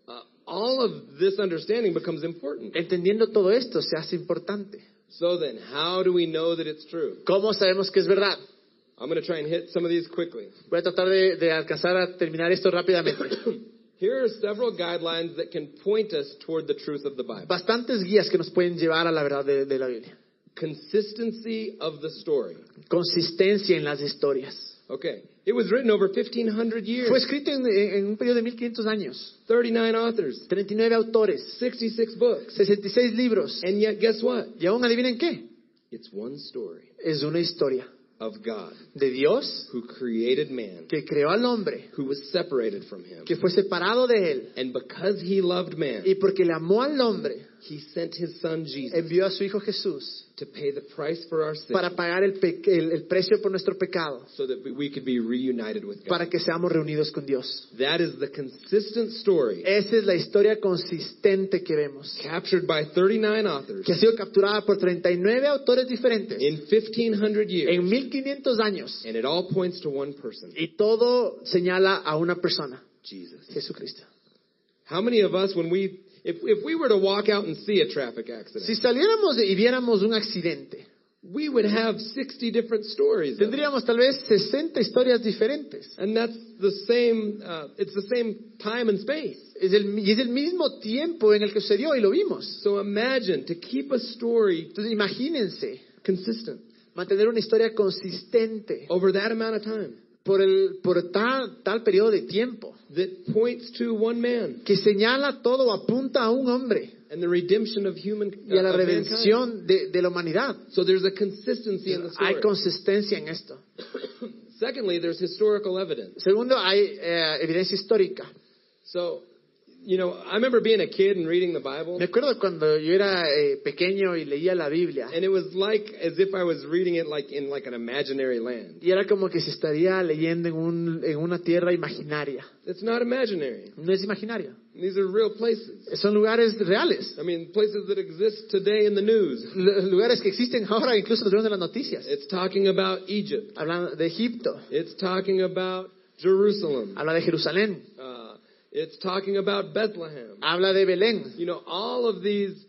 Speaker 2: Uh, all of this understanding becomes important.
Speaker 1: Entendiendo todo esto se hace importante.
Speaker 2: So then, how do we know that it's true?
Speaker 1: ¿Cómo sabemos que es verdad?
Speaker 2: I'm going to try and hit some of these quickly.
Speaker 1: Voy a tratar de, de alcanzar a terminar esto rápidamente.
Speaker 2: Here are several guidelines that can point us toward the truth of the Bible.
Speaker 1: *coughs* Bastantes guías que nos pueden llevar a la verdad de, de la Biblia.
Speaker 2: Consistency of the story.
Speaker 1: Consistencia en las historias.
Speaker 2: Okay. It was written over 1,500
Speaker 1: Fue
Speaker 2: years,
Speaker 1: escrito en, en un periodo de 1500 años,
Speaker 2: 39 authors,
Speaker 1: 39 autores,
Speaker 2: 66 books.
Speaker 1: 66 libros.
Speaker 2: And yet, guess what?
Speaker 1: Y aún adivinen qué,
Speaker 2: It's one story
Speaker 1: es una historia
Speaker 2: of God
Speaker 1: de Dios
Speaker 2: who created man,
Speaker 1: que creó al hombre
Speaker 2: who was separated from him.
Speaker 1: que fue separado de él
Speaker 2: And because he loved man,
Speaker 1: y porque le amó al hombre,
Speaker 2: he sent his son Jesus
Speaker 1: envió a su hijo Jesús
Speaker 2: to pay the price for our sin
Speaker 1: para pagar el, pe- el- el precio por nuestro pecado,
Speaker 2: so that we could be reunited with
Speaker 1: para
Speaker 2: God.
Speaker 1: que seamos reunidos con Dios.
Speaker 2: That is the consistent story
Speaker 1: Esa es la historia consistente que vemos,
Speaker 2: captured by 39 authors.
Speaker 1: que ha sido capturada por 39 autores diferentes
Speaker 2: in 1500 years
Speaker 1: en 1500 años
Speaker 2: and it all points to one person
Speaker 1: y todo señala a una persona,
Speaker 2: jesus
Speaker 1: Jesucristo.
Speaker 2: how many of us when we if, if we were to walk out and see a traffic
Speaker 1: Si
Speaker 2: accident
Speaker 1: saliéramos y viéramos un accidente,
Speaker 2: we would have 60 different stories of it.
Speaker 1: tendríamos tal vez 60 historias diferentes.
Speaker 2: and that's the same uh, it's the same time and space
Speaker 1: Es el- y es el mismo tiempo en el que sucedió y lo vimos.
Speaker 2: so imagine to keep a story
Speaker 1: Entonces imagínense
Speaker 2: consistent
Speaker 1: mantener una historia consistente
Speaker 2: over that amount of time
Speaker 1: por, el, por tal, tal periodo de tiempo
Speaker 2: that points to one man
Speaker 1: que señala todo o apunta a un hombre
Speaker 2: and the redemption of human
Speaker 1: y a la
Speaker 2: of mankind.
Speaker 1: redención de, de la humanidad.
Speaker 2: so there's a consistency in the story
Speaker 1: Hay consistencia en esto.
Speaker 2: *coughs* secondly there's historical evidence
Speaker 1: Segundo, hay eh, evidencia histórica.
Speaker 2: So, you know, I remember being a kid and reading the Bible,
Speaker 1: Me acuerdo cuando yo era eh, pequeño y leía la Biblia
Speaker 2: and it was like as if I was reading it like in like an imaginary land.
Speaker 1: y era como que se estaría leyendo en, un, en una tierra imaginaria.
Speaker 2: It's not imaginary.
Speaker 1: No es imaginaria.
Speaker 2: These are real places.
Speaker 1: Son lugares reales.
Speaker 2: I mean, places that exist today in the news.
Speaker 1: Lu- Lugares que existen ahora, incluso los vemos en las noticias.
Speaker 2: It's talking about Egypt.
Speaker 1: Habla de Egipto,
Speaker 2: It's talking about Jerusalem.
Speaker 1: habla de Jerusalén,
Speaker 2: Uh, It's talking about Bethlehem.
Speaker 1: habla de Belén.
Speaker 2: You know, all of these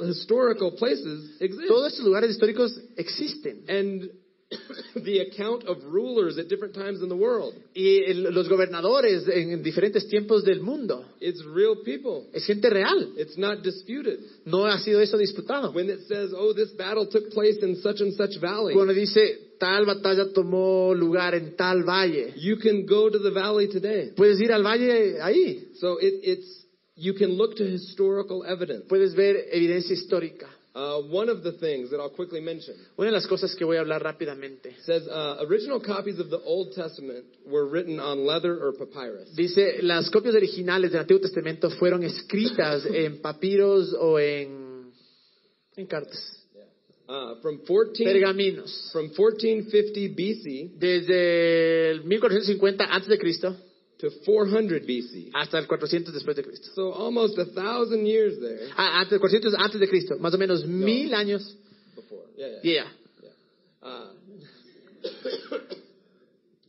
Speaker 2: historical places exist.
Speaker 1: Todos estos lugares históricos existen.
Speaker 2: And *coughs* the account of rulers at different times in the world.
Speaker 1: Y el- los gobernadores en diferentes tiempos del mundo.
Speaker 2: It's real people.
Speaker 1: Es gente real.
Speaker 2: It's not disputed.
Speaker 1: No ha sido eso disputado.
Speaker 2: When it says, oh, this battle took place in such and such valley,
Speaker 1: Cuando dice tal batalla tomó lugar en tal valle,
Speaker 2: you can go to the valley today.
Speaker 1: puedes ir al valle ahí.
Speaker 2: So it, it's, you can look to historical evidence.
Speaker 1: Puedes ver evidencia histórica.
Speaker 2: Uh, one of the things that I'll quickly mention
Speaker 1: Una de las cosas que voy a hablar rápidamente.
Speaker 2: says uh, original copies of the Old Testament were written on leather or papyrus.
Speaker 1: Dice, las copias originales del Antiguo Testamento fueron escritas en papiros o en, en cartas,
Speaker 2: Uh, from 14
Speaker 1: pergaminos.
Speaker 2: from 1450 BC
Speaker 1: Desde el 1450 antes de Cristo
Speaker 2: to 400 BC.
Speaker 1: hasta el 400 después de Cristo.
Speaker 2: So almost a thousand years there
Speaker 1: Ah, antes, 400 antes de Cristo, más o menos mil años.
Speaker 2: before. Yeah. yeah.
Speaker 1: Yeah.
Speaker 2: Uh, *coughs*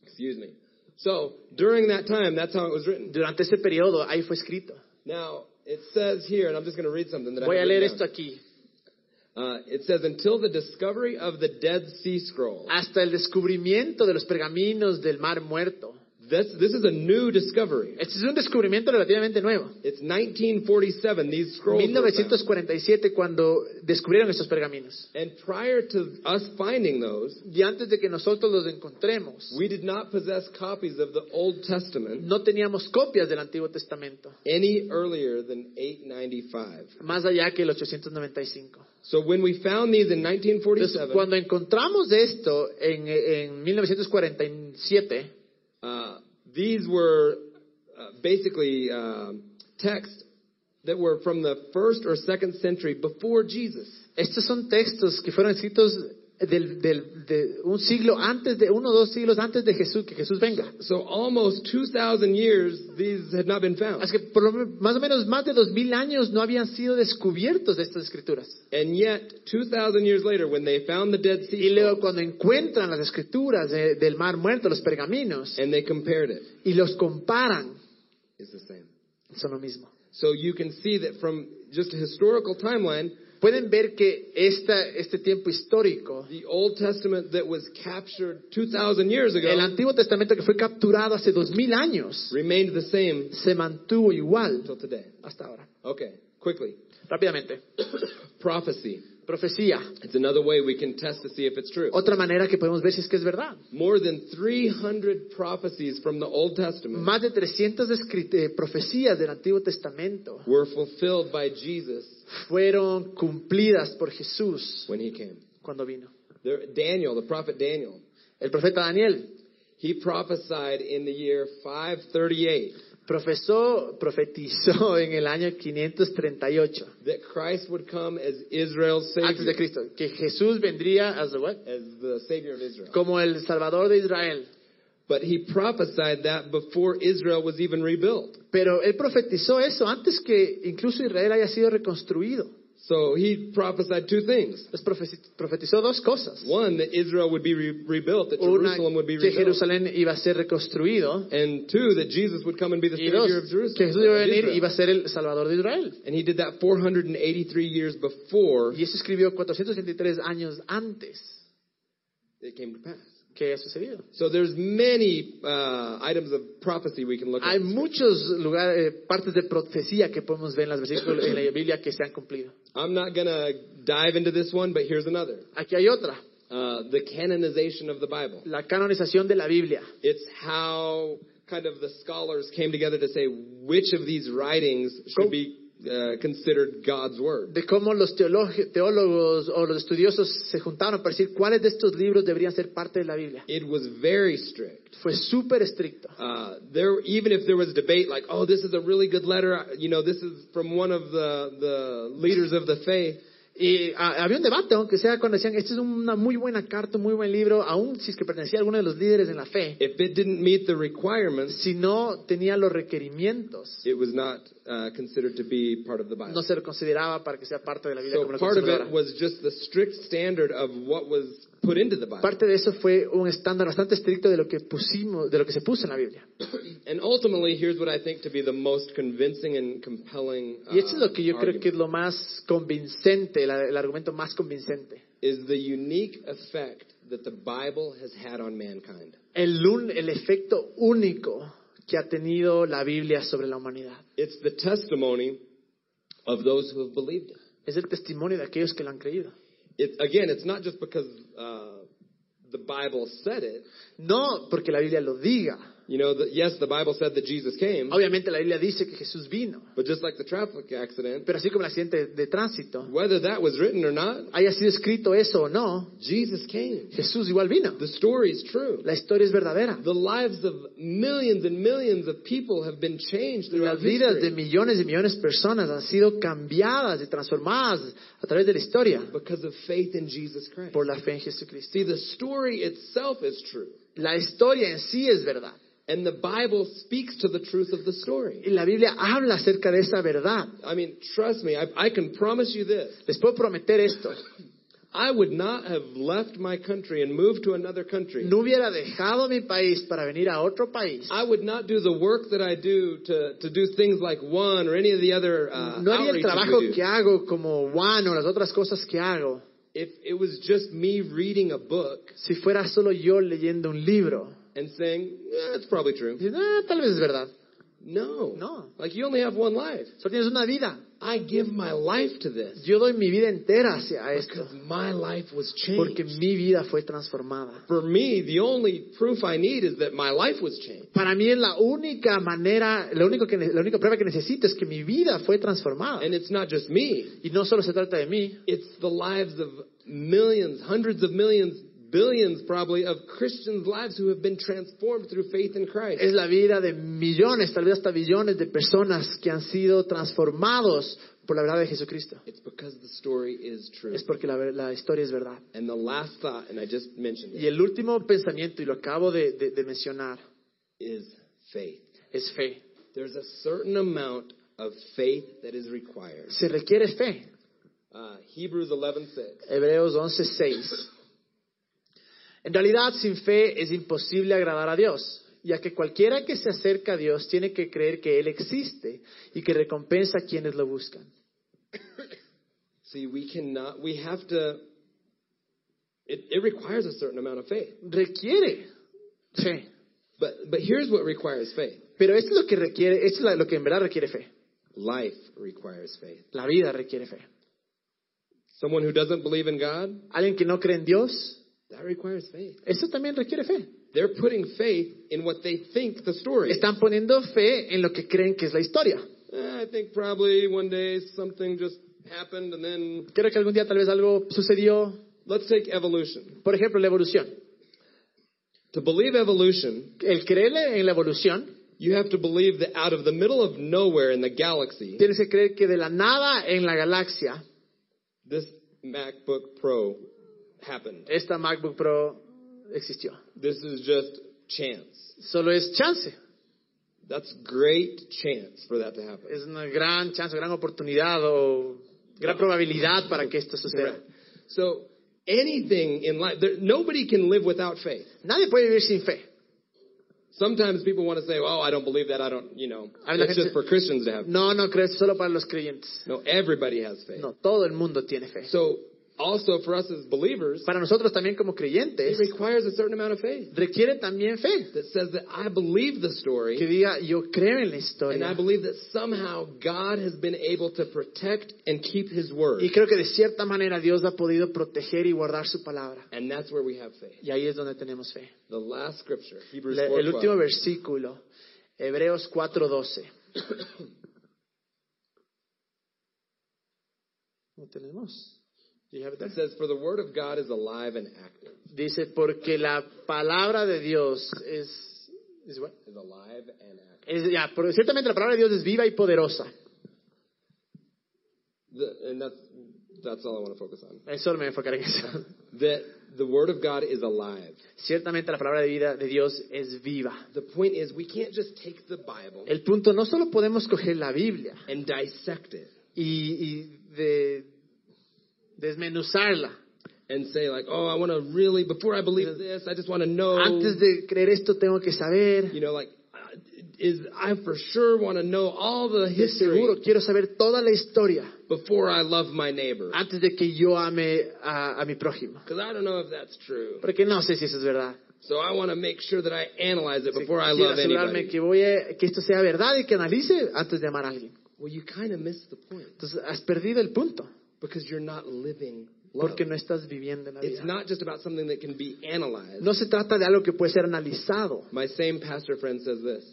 Speaker 2: excuse me. So during that time, that's how it was written.
Speaker 1: Durante ese periodo ahí fue escrito.
Speaker 2: Now it says here, and I'm just going to read something that I
Speaker 1: Voy a
Speaker 2: have
Speaker 1: leer
Speaker 2: written
Speaker 1: esto
Speaker 2: down.
Speaker 1: aquí.
Speaker 2: Uh, it says until the discovery of the Dead Sea Scroll.
Speaker 1: Hasta el descubrimiento de los pergaminos del mar muerto.
Speaker 2: This this is a new discovery.
Speaker 1: Este es un descubrimiento relativamente nuevo.
Speaker 2: It's 1947. These scrolls. were found.
Speaker 1: 1947 cuando descubrieron estos pergaminos.
Speaker 2: And prior to us finding those,
Speaker 1: Y antes de que nosotros los encontremos,
Speaker 2: we did not possess copies of the Old Testament
Speaker 1: no teníamos copias del Antiguo Testamento,
Speaker 2: any earlier than 895.
Speaker 1: más allá que el 895.
Speaker 2: So when we found these in
Speaker 1: Entonces,
Speaker 2: 1947,
Speaker 1: cuando encontramos esto en, en 1947,
Speaker 2: uh, these were uh, basically um texts that were from the first or second century before Jesus.
Speaker 1: estos son textos que fueron escritos del, del- de un siglo antes de, uno o dos siglos antes de Jesús, que Jesús venga.
Speaker 2: So almost 2,000 years, these had not been found.
Speaker 1: Así que por lo men- más o menos más de dos mil años no habían sido descubiertos de estas escrituras.
Speaker 2: And yet, 2,000 years later, when they found the Dead
Speaker 1: Y
Speaker 2: Sea
Speaker 1: luego
Speaker 2: Scroll,
Speaker 1: cuando encuentran las escrituras de- del mar muerto, los pergaminos,
Speaker 2: and they compared it,
Speaker 1: y los comparan,
Speaker 2: it's the same.
Speaker 1: son lo mismo.
Speaker 2: So you can see that from just a historical timeline,
Speaker 1: Pueden ver que esta, este tiempo histórico,
Speaker 2: the Old Testament that was captured 2,000 years
Speaker 1: el
Speaker 2: ago
Speaker 1: Antiguo Testamento que fue capturado hace dos mil años,
Speaker 2: remained the same
Speaker 1: se mantuvo igual
Speaker 2: until today.
Speaker 1: hasta ahora.
Speaker 2: Okay, quickly. *coughs*
Speaker 1: Rápidamente,
Speaker 2: Prophecy.
Speaker 1: profecía.
Speaker 2: It's another way we can test to see if it's true.
Speaker 1: Otra manera que podemos ver si es que es verdad.
Speaker 2: More than 300 prophecies from the Old Testament
Speaker 1: Más de 300 escrit- eh, profecías del Antiguo Testamento
Speaker 2: were fulfilled by Jesus
Speaker 1: fueron cumplidas por Jesús
Speaker 2: when he came.
Speaker 1: cuando vino.
Speaker 2: There, Daniel, the prophet Daniel,
Speaker 1: El profeta Daniel
Speaker 2: he prophesied in the year 538
Speaker 1: profesó, profetizó *laughs* en el año 538
Speaker 2: that Christ would come as Israel's
Speaker 1: antes de
Speaker 2: savior,
Speaker 1: Cristo, que Jesús vendría as the what?
Speaker 2: as the savior of Israel.
Speaker 1: como el Salvador de Israel.
Speaker 2: But he prophesied that before Israel was even rebuilt.
Speaker 1: Pero él profetizó eso antes que incluso Israel haya sido reconstruido.
Speaker 2: So he prophesied two things.
Speaker 1: Entonces profe- profetizó dos cosas.
Speaker 2: One, that Israel would be re- rebuilt, that
Speaker 1: Una,
Speaker 2: Jerusalem would be
Speaker 1: que
Speaker 2: rebuilt.
Speaker 1: Jerusalén iba a ser reconstruido.
Speaker 2: And two, that Jesus would come and be the
Speaker 1: Y
Speaker 2: savior
Speaker 1: dos,
Speaker 2: of
Speaker 1: que Jesús iba a
Speaker 2: Jerusalem.
Speaker 1: venir
Speaker 2: Israel.
Speaker 1: y iba a ser el Salvador de Israel.
Speaker 2: And he did that 483 years before
Speaker 1: Y eso escribió 483 años antes
Speaker 2: it came to pass.
Speaker 1: que haya sucedido.
Speaker 2: So there's many uh, items of prophecy we can look
Speaker 1: Hay
Speaker 2: at.
Speaker 1: muchos lugares, eh, partes de profecía que podemos ver en, las versículos, en la Biblia que se han cumplido.
Speaker 2: I'm not going to dive into this one, but here's another.
Speaker 1: Aquí hay otra,
Speaker 2: Uh, the canonization of the Bible.
Speaker 1: la canonización de la Biblia.
Speaker 2: It's how kind of the scholars came together to say which of these writings
Speaker 1: Go.
Speaker 2: should be uh, considered God's word.
Speaker 1: de cómo los teolog- teólogos o los estudiosos se juntaron para decir cuáles de estos libros deberían ser parte de la Biblia.
Speaker 2: It was very strict.
Speaker 1: Fue súper estricto.
Speaker 2: Uh, there, even if there was debate, like, oh, this is a really good letter, you know, this is from one of the, the leaders of the faith.
Speaker 1: Y ah, había un debate, aunque sea cuando decían, esta es una muy buena carta, un muy buen libro, aún si es que pertenecía a alguno de los líderes en la fe,
Speaker 2: If it didn't meet the requirements,
Speaker 1: si no tenía los requerimientos,
Speaker 2: it was not uh, considered to be part of the Bible.
Speaker 1: no se lo consideraba para que sea parte de la Biblia como la
Speaker 2: So part of
Speaker 1: conocemos
Speaker 2: it
Speaker 1: ahora.
Speaker 2: was just the strict standard of what was put into the Bible.
Speaker 1: Parte de eso fue un estándar bastante estricto de lo que pusimos, de lo que se puso en la Biblia.
Speaker 2: And ultimately, here's what I think to be the most convincing and compelling uh,
Speaker 1: Y esto es lo que yo creo
Speaker 2: argument,
Speaker 1: que es lo más convincente, la- el argumento más convincente.
Speaker 2: is the unique effect that the Bible has had on mankind.
Speaker 1: El, un- el efecto único que ha tenido la Biblia sobre la humanidad.
Speaker 2: It's the testimony of those who have believed it.
Speaker 1: Es el testimonio de aquellos que lo han creído.
Speaker 2: It, again, it's not just because uh, the Bible said it.
Speaker 1: No porque la Biblia lo diga.
Speaker 2: You know, the, yes, the Bible said that Jesus came,
Speaker 1: Obviamente la Biblia dice que Jesús vino.
Speaker 2: but just like the traffic accident,
Speaker 1: Pero así como el accidente de tránsito,
Speaker 2: whether that was written or not,
Speaker 1: haya sido escrito eso o no,
Speaker 2: Jesus came.
Speaker 1: Jesús igual vino.
Speaker 2: The story is true.
Speaker 1: La historia es verdadera.
Speaker 2: The lives of millions and millions of people have been changed
Speaker 1: Las
Speaker 2: throughout
Speaker 1: vidas de
Speaker 2: history
Speaker 1: millones y millones de personas han sido cambiadas y transformadas a través de la historia
Speaker 2: because of faith in Jesus Christ.
Speaker 1: por la fe en Jesucristo.
Speaker 2: See, the story itself is true,
Speaker 1: La historia en sí es verdad.
Speaker 2: and the Bible speaks to the truth of the story.
Speaker 1: Y la Biblia habla acerca de esa verdad.
Speaker 2: I mean, trust me, I, I can promise you this.
Speaker 1: Les puedo prometer esto.
Speaker 2: I would not have left my country and moved to another country.
Speaker 1: No hubiera dejado mi país para venir a otro país.
Speaker 2: I would not do the work that I do to, to do things like one or any of the other uh,
Speaker 1: No haría el
Speaker 2: outreaches
Speaker 1: trabajo
Speaker 2: we do.
Speaker 1: que hago como Juan o las otras cosas que hago
Speaker 2: If it was just me reading a book
Speaker 1: si fuera solo yo leyendo un libro.
Speaker 2: and saying, "Eh, that's probably true.
Speaker 1: Dices, "Ah, tal vez es verdad.
Speaker 2: No.
Speaker 1: No.
Speaker 2: Like you only have one life.
Speaker 1: Solo tienes una vida.
Speaker 2: I give my life to this
Speaker 1: Yo doy mi vida entera hacia esto
Speaker 2: because my life was changed.
Speaker 1: porque mi vida fue transformada.
Speaker 2: For me, the only proof I need is that my life was changed.
Speaker 1: Para mí es la única manera, lo único que, ne- la única prueba que necesito es que mi vida fue transformada.
Speaker 2: And it's not just me.
Speaker 1: Y no solo se trata de mí,
Speaker 2: It's the lives of millions, hundreds of millions, billions probably of Christians' lives who have been transformed through faith in Christ.
Speaker 1: es la vida de millones, tal vez hasta billones de personas que han sido transformados por la verdad de Jesucristo.
Speaker 2: It's because the story is true.
Speaker 1: Es porque la, ver- la historia es verdad.
Speaker 2: And the last thought, and I just mentioned
Speaker 1: Y
Speaker 2: it,
Speaker 1: el último pensamiento, y lo acabo de, de- de mencionar,
Speaker 2: is faith.
Speaker 1: es fe.
Speaker 2: There's a certain amount of faith that is required.
Speaker 1: Se requiere fe.
Speaker 2: Uh, Hebrews 11:6.
Speaker 1: Hebreos 11:6. En realidad, sin fe es imposible agradar a Dios, ya que cualquiera que se acerca a Dios tiene que creer que Él existe y que recompensa a quienes lo buscan.
Speaker 2: See, we cannot. We have to. It, it requires a certain amount of faith.
Speaker 1: Requiere fe.
Speaker 2: But but here's what requires faith.
Speaker 1: Pero esto es lo que requiere, esto es la- lo que en verdad requiere fe.
Speaker 2: Life requires faith.
Speaker 1: La vida requiere fe.
Speaker 2: Someone who doesn't believe in God,
Speaker 1: Alguien que no cree en Dios,
Speaker 2: that requires faith.
Speaker 1: eso también requiere fe.
Speaker 2: They're putting faith in what they think the story. Is.
Speaker 1: Están poniendo fe en lo que creen que es la historia.
Speaker 2: Eh, I think probably one day something just happened, and then
Speaker 1: Creo que algún día tal vez algo sucedió.
Speaker 2: let's take evolution.
Speaker 1: Por ejemplo, la evolución.
Speaker 2: To believe evolution,
Speaker 1: El creer en la evolución,
Speaker 2: you have to believe that out of the middle of nowhere in the galaxy,
Speaker 1: tienes que creer que de la nada en la galaxia,
Speaker 2: this MacBook Pro happened.
Speaker 1: esta MacBook Pro existió.
Speaker 2: This is just chance.
Speaker 1: Solo es chance.
Speaker 2: That's great chance for that to happen.
Speaker 1: Es una gran chance, gran oportunidad o gran probabilidad para que esto suceda.
Speaker 2: So anything in life, there, nobody can live without faith.
Speaker 1: Nadie puede vivir sin fe.
Speaker 2: Sometimes people want to say, "Oh, I don't believe that. I don't," you know.
Speaker 1: I mean, like
Speaker 2: It's
Speaker 1: I said-
Speaker 2: just for Christians to have.
Speaker 1: No, no crees solo para los creyentes.
Speaker 2: No, everybody has faith.
Speaker 1: No, todo el mundo tiene fe.
Speaker 2: So also for us as believers,
Speaker 1: Para nosotros también como
Speaker 2: it
Speaker 1: creyentes
Speaker 2: requires a certain amount of faith
Speaker 1: requiere también fe.
Speaker 2: that says that I believe the story.
Speaker 1: Que diga, yo creo en la
Speaker 2: And I
Speaker 1: historia.
Speaker 2: believe that somehow God has been able to protect and keep His word.
Speaker 1: Y creo que de cierta manera Dios ha podido proteger y guardar su palabra.
Speaker 2: And that's where we have faith.
Speaker 1: Y ahí es donde tenemos fe.
Speaker 2: The last scripture, Hebrews
Speaker 1: Le- el último
Speaker 2: 4.
Speaker 1: versículo, Hebreos 4:12.
Speaker 2: *coughs*
Speaker 1: No tenemos. Do you have it
Speaker 2: It
Speaker 1: there?
Speaker 2: says, For the word of God is alive and active.
Speaker 1: Dice, porque la palabra de Dios es... es what?
Speaker 2: Is alive and active.
Speaker 1: Es- ya, pero ciertamente la palabra de Dios es viva y poderosa.
Speaker 2: The- and that's, that's all I want to focus on.
Speaker 1: Eh, Solo me enfocaré en eso. *laughs*
Speaker 2: That the word of God is alive.
Speaker 1: Ciertamente la palabra de vida de Dios es viva.
Speaker 2: The point is, we can't just take the Bible
Speaker 1: El punto, no solo podemos coger la Biblia
Speaker 2: and dissect it
Speaker 1: y, y de, desmenuzarla
Speaker 2: and say like, oh, I want to really before I believe this, I just want to know.
Speaker 1: Antes de creer esto tengo que saber.
Speaker 2: You know, like uh, is I for sure want to know all the
Speaker 1: De
Speaker 2: history
Speaker 1: seguro quiero saber toda la historia
Speaker 2: before I love my neighbor
Speaker 1: antes de que yo ame a, a mi prójimo.
Speaker 2: because I don't know if that's true.
Speaker 1: Porque no sé si eso es verdad.
Speaker 2: So I want to make sure that I analyze it
Speaker 1: Sí,
Speaker 2: before I
Speaker 1: quisiera
Speaker 2: love
Speaker 1: asegurarme
Speaker 2: anybody.
Speaker 1: que, voy a- que esto sea verdad y que analice antes de amar a alguien.
Speaker 2: Well, you kind of miss the point
Speaker 1: Entonces has perdido el punto
Speaker 2: because you're not living love.
Speaker 1: porque no estás viviendo en la
Speaker 2: It's
Speaker 1: vida.
Speaker 2: not just about something that can be analyzed.
Speaker 1: No se trata de algo que puede ser analizado.
Speaker 2: My same pastor friend says this.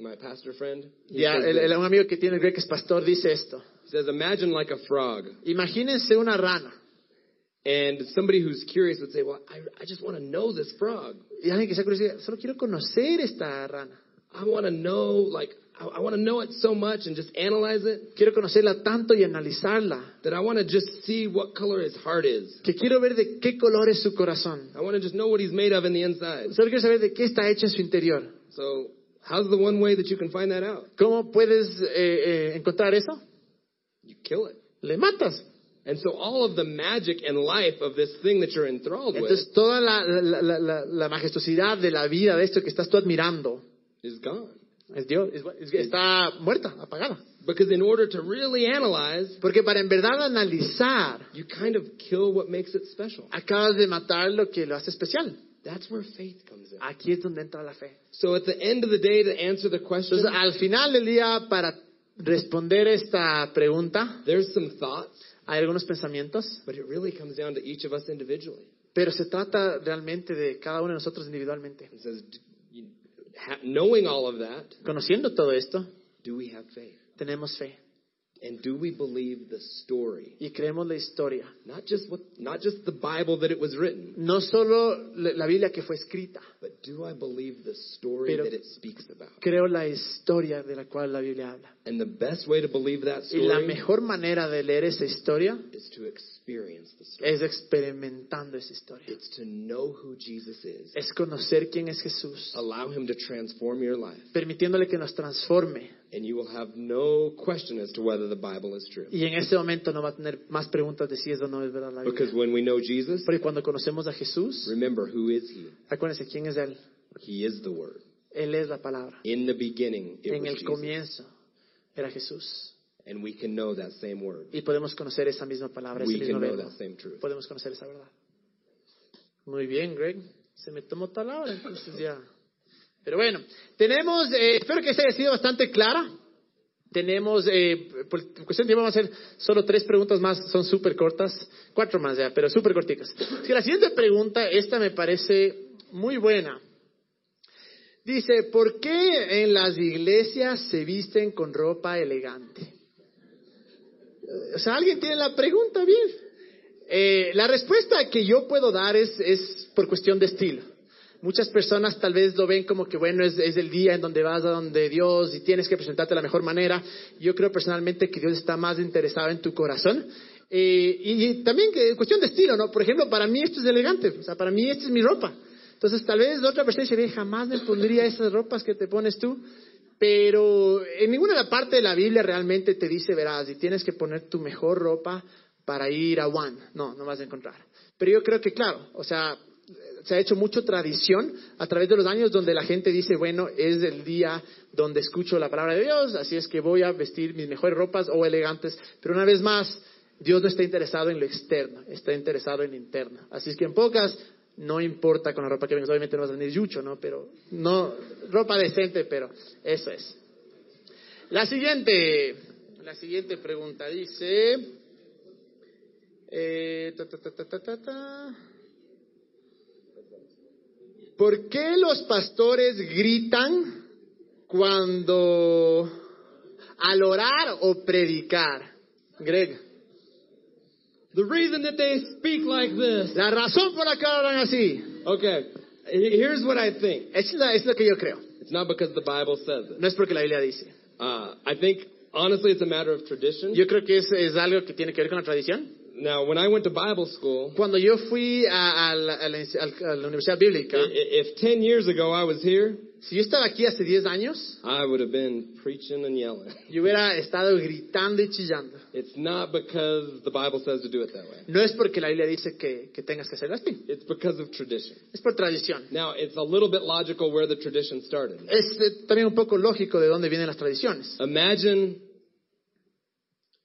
Speaker 2: My pastor friend. he
Speaker 1: Ya,
Speaker 2: says
Speaker 1: el,
Speaker 2: this.
Speaker 1: el- un amigo que tiene el Greg que es pastor dice esto.
Speaker 2: He says, imagine like a frog.
Speaker 1: Imagínense una rana
Speaker 2: And somebody who's curious would say, well, I, I just want to know this frog.
Speaker 1: y alguien que sea curiosidad, solo quiero conocer esta rana.
Speaker 2: I want to know, like, I, I want to know it so much and just analyze it
Speaker 1: Quiero conocerla tanto y analizarla.
Speaker 2: that I want to just see what color his heart is.
Speaker 1: Que quiero ver de qué color es su corazón.
Speaker 2: I want to just know what he's made of in the inside.
Speaker 1: Solo quiero saber de qué está hecho en su interior.
Speaker 2: So how's the one way that you can find that out?
Speaker 1: ¿Cómo puedes eh, eh, encontrar eso?
Speaker 2: You kill it.
Speaker 1: Le matas.
Speaker 2: And so all of the magic and life of this thing that you're enthralled with
Speaker 1: Entonces toda la, la- la- la- la majestuosidad de la vida de esto que estás tú admirando
Speaker 2: is gone.
Speaker 1: es Dios, es- es- está muerta, apagada.
Speaker 2: Because in order to really analyze,
Speaker 1: Porque para en verdad analizar,
Speaker 2: you kind of kill what makes it special.
Speaker 1: acabas de matar lo que lo hace especial.
Speaker 2: That's where faith comes in.
Speaker 1: Aquí es donde entra la fe.
Speaker 2: So at the end of the day, to answer the question,
Speaker 1: Entonces al final del día, para responder esta pregunta,
Speaker 2: there's some thoughts,
Speaker 1: hay algunos pensamientos,
Speaker 2: but it really comes down to each of us individually.
Speaker 1: pero se trata realmente de cada uno de nosotros individualmente.
Speaker 2: It says, d- you- ha- knowing all of that,
Speaker 1: Conociendo todo esto,
Speaker 2: do we have faith?
Speaker 1: tenemos fe
Speaker 2: And do we believe the story?
Speaker 1: y creemos la historia.
Speaker 2: Not just what, not just the Bible that it was written,
Speaker 1: No solo la la Biblia que fue escrita,
Speaker 2: but do I believe the story
Speaker 1: Pero-
Speaker 2: that it speaks about?
Speaker 1: creo la historia de la cual la Biblia habla.
Speaker 2: And the best way to believe that
Speaker 1: Y la
Speaker 2: story
Speaker 1: mejor manera de leer esa historia
Speaker 2: is to experience the story.
Speaker 1: es experimentando esa historia.
Speaker 2: It's to know who Jesus is.
Speaker 1: Es conocer quién es Jesús,
Speaker 2: Allow him to transform your life,
Speaker 1: permitiéndole que nos transforme.
Speaker 2: and you will have no question as to whether the Bible is true.
Speaker 1: Y en ese momento no va a tener más preguntas de si es o no es verdad la
Speaker 2: Because
Speaker 1: Biblia.
Speaker 2: when we know Jesus,
Speaker 1: Porque cuando conocemos a Jesús,
Speaker 2: remember who is he?
Speaker 1: acuérdense quién es Él.
Speaker 2: He is the Word.
Speaker 1: Él es la palabra.
Speaker 2: In the beginning, it
Speaker 1: En
Speaker 2: was
Speaker 1: el
Speaker 2: Jesus,
Speaker 1: comienzo era Jesús.
Speaker 2: and we can know that same word.
Speaker 1: Y podemos conocer esa misma palabra, ese
Speaker 2: We
Speaker 1: mismo
Speaker 2: can know
Speaker 1: verbo.
Speaker 2: that same truth.
Speaker 1: podemos conocer esa verdad. Muy bien, Greg. Se me tomó tal hora, entonces ya. Pero bueno, tenemos, eh, espero que esta haya sido bastante clara. Tenemos, eh, por cuestión de tiempo, vamos a hacer solo tres preguntas más, son súper cortas, cuatro más ya, pero súper corticas. Así que la siguiente pregunta, esta me parece muy buena. Dice, ¿por qué en las iglesias se visten con ropa elegante? Eh, O sea, alguien tiene la pregunta bien. Eh, la respuesta que yo puedo dar es, es por cuestión de estilo. Muchas personas tal vez lo ven como que, bueno, es, es el día en donde vas a donde Dios y tienes que presentarte de la mejor manera. Yo creo personalmente que Dios está más interesado en tu corazón. Eh, y, y también que, cuestión de estilo, ¿no? Por ejemplo, para mí esto es elegante, o sea, para mí esta es mi ropa. Entonces, tal vez otra persona dice, "Ve, jamás me pondría esas ropas que te pones tú. Pero en ninguna de la parte de la Biblia realmente te dice, verás, y tienes que poner tu mejor ropa para ir a One. No, no vas a encontrar. Pero yo creo que, claro, o sea, se ha hecho mucho tradición a través de los años donde la gente dice, bueno, es el día donde escucho la palabra de Dios, así es que voy a vestir mis mejores ropas o elegantes. Pero una vez más, Dios no está interesado en lo externo, está interesado en lo interno. Así es que en pocas, no importa con la ropa que vengas, obviamente no vas a venir yucho, ¿no? Pero no, ropa decente, pero eso es. La siguiente, la siguiente pregunta dice, eh, ta, ta, ta, ta, ta, ta, ta. ¿por qué los pastores gritan cuando al orar o predicar? Greg.
Speaker 2: The reason that they speak like this.
Speaker 1: La razón por la que hablan así
Speaker 2: Okay, he- here's what I think.
Speaker 1: es, la- es lo que yo creo.
Speaker 2: It's not because the Bible says it.
Speaker 1: No es porque la Biblia dice.
Speaker 2: Uh, I think honestly, it's a matter of tradition.
Speaker 1: Yo creo que es, es algo que tiene que ver con la tradición.
Speaker 2: Now, when I went to Bible school,
Speaker 1: Cuando yo fui a, a la, a la- a la Universidad Bíblica,
Speaker 2: i- i- if 10 years ago I was here,
Speaker 1: si yo estaba aquí hace 10 años,
Speaker 2: I would have been preaching and yelling.
Speaker 1: yo hubiera estado gritando y chillando.
Speaker 2: It's not because the Bible says to do it that way.
Speaker 1: No es porque la Biblia dice que, que tengas que hacerlo así,
Speaker 2: It's because of tradition.
Speaker 1: es por tradición.
Speaker 2: Now, it's a little bit logical where the tradition started.
Speaker 1: Es eh, también un poco lógico de dónde vienen las tradiciones.
Speaker 2: Imagine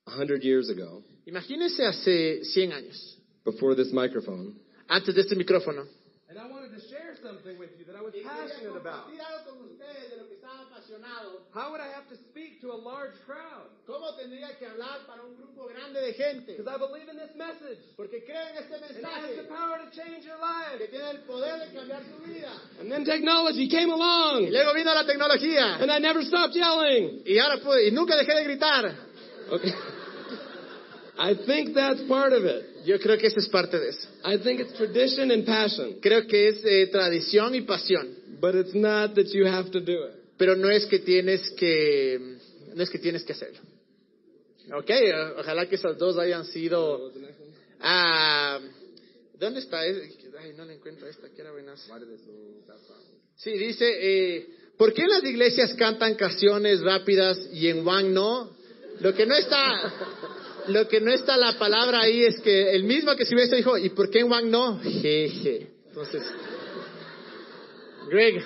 Speaker 2: 100 years ago,
Speaker 1: Imagínese hace 100 años,
Speaker 2: before this microphone,
Speaker 1: antes de este micrófono.
Speaker 2: and I wanted to share something with you that I was passionate about. How would I have to speak to a large crowd?
Speaker 1: ¿Cómo tendría que hablar para un grupo grande de gente?
Speaker 2: Because I believe in this message.
Speaker 1: Porque creen este
Speaker 2: And it has the power to change your life.
Speaker 1: tiene el poder de cambiar su vida.
Speaker 2: And then technology came
Speaker 1: Y
Speaker 2: along.
Speaker 1: luego vino la tecnología.
Speaker 2: And I never stopped yelling.
Speaker 1: Y ahora pude, y nunca dejé de gritar.
Speaker 2: Okay. *laughs* I think that's part of it.
Speaker 1: Yo creo que esa es parte de eso.
Speaker 2: I think it's tradition and passion.
Speaker 1: Creo que es eh, tradición y pasión.
Speaker 2: But it's not that you have to do it.
Speaker 1: Pero no es que tienes que, no es que tienes que hacerlo. Ok, eh, ojalá que esas dos hayan sido... ah, ¿Dónde está? Es- Ay, no la encuentro esta, que era buenas. Sí, dice, eh, ¿por qué en las iglesias cantan canciones rápidas y en Wang no? Lo que no está, lo que no está la palabra ahí es que el mismo que escribió esto dijo, ¿y por qué en Wang no? Jeje. Entonces, Greg,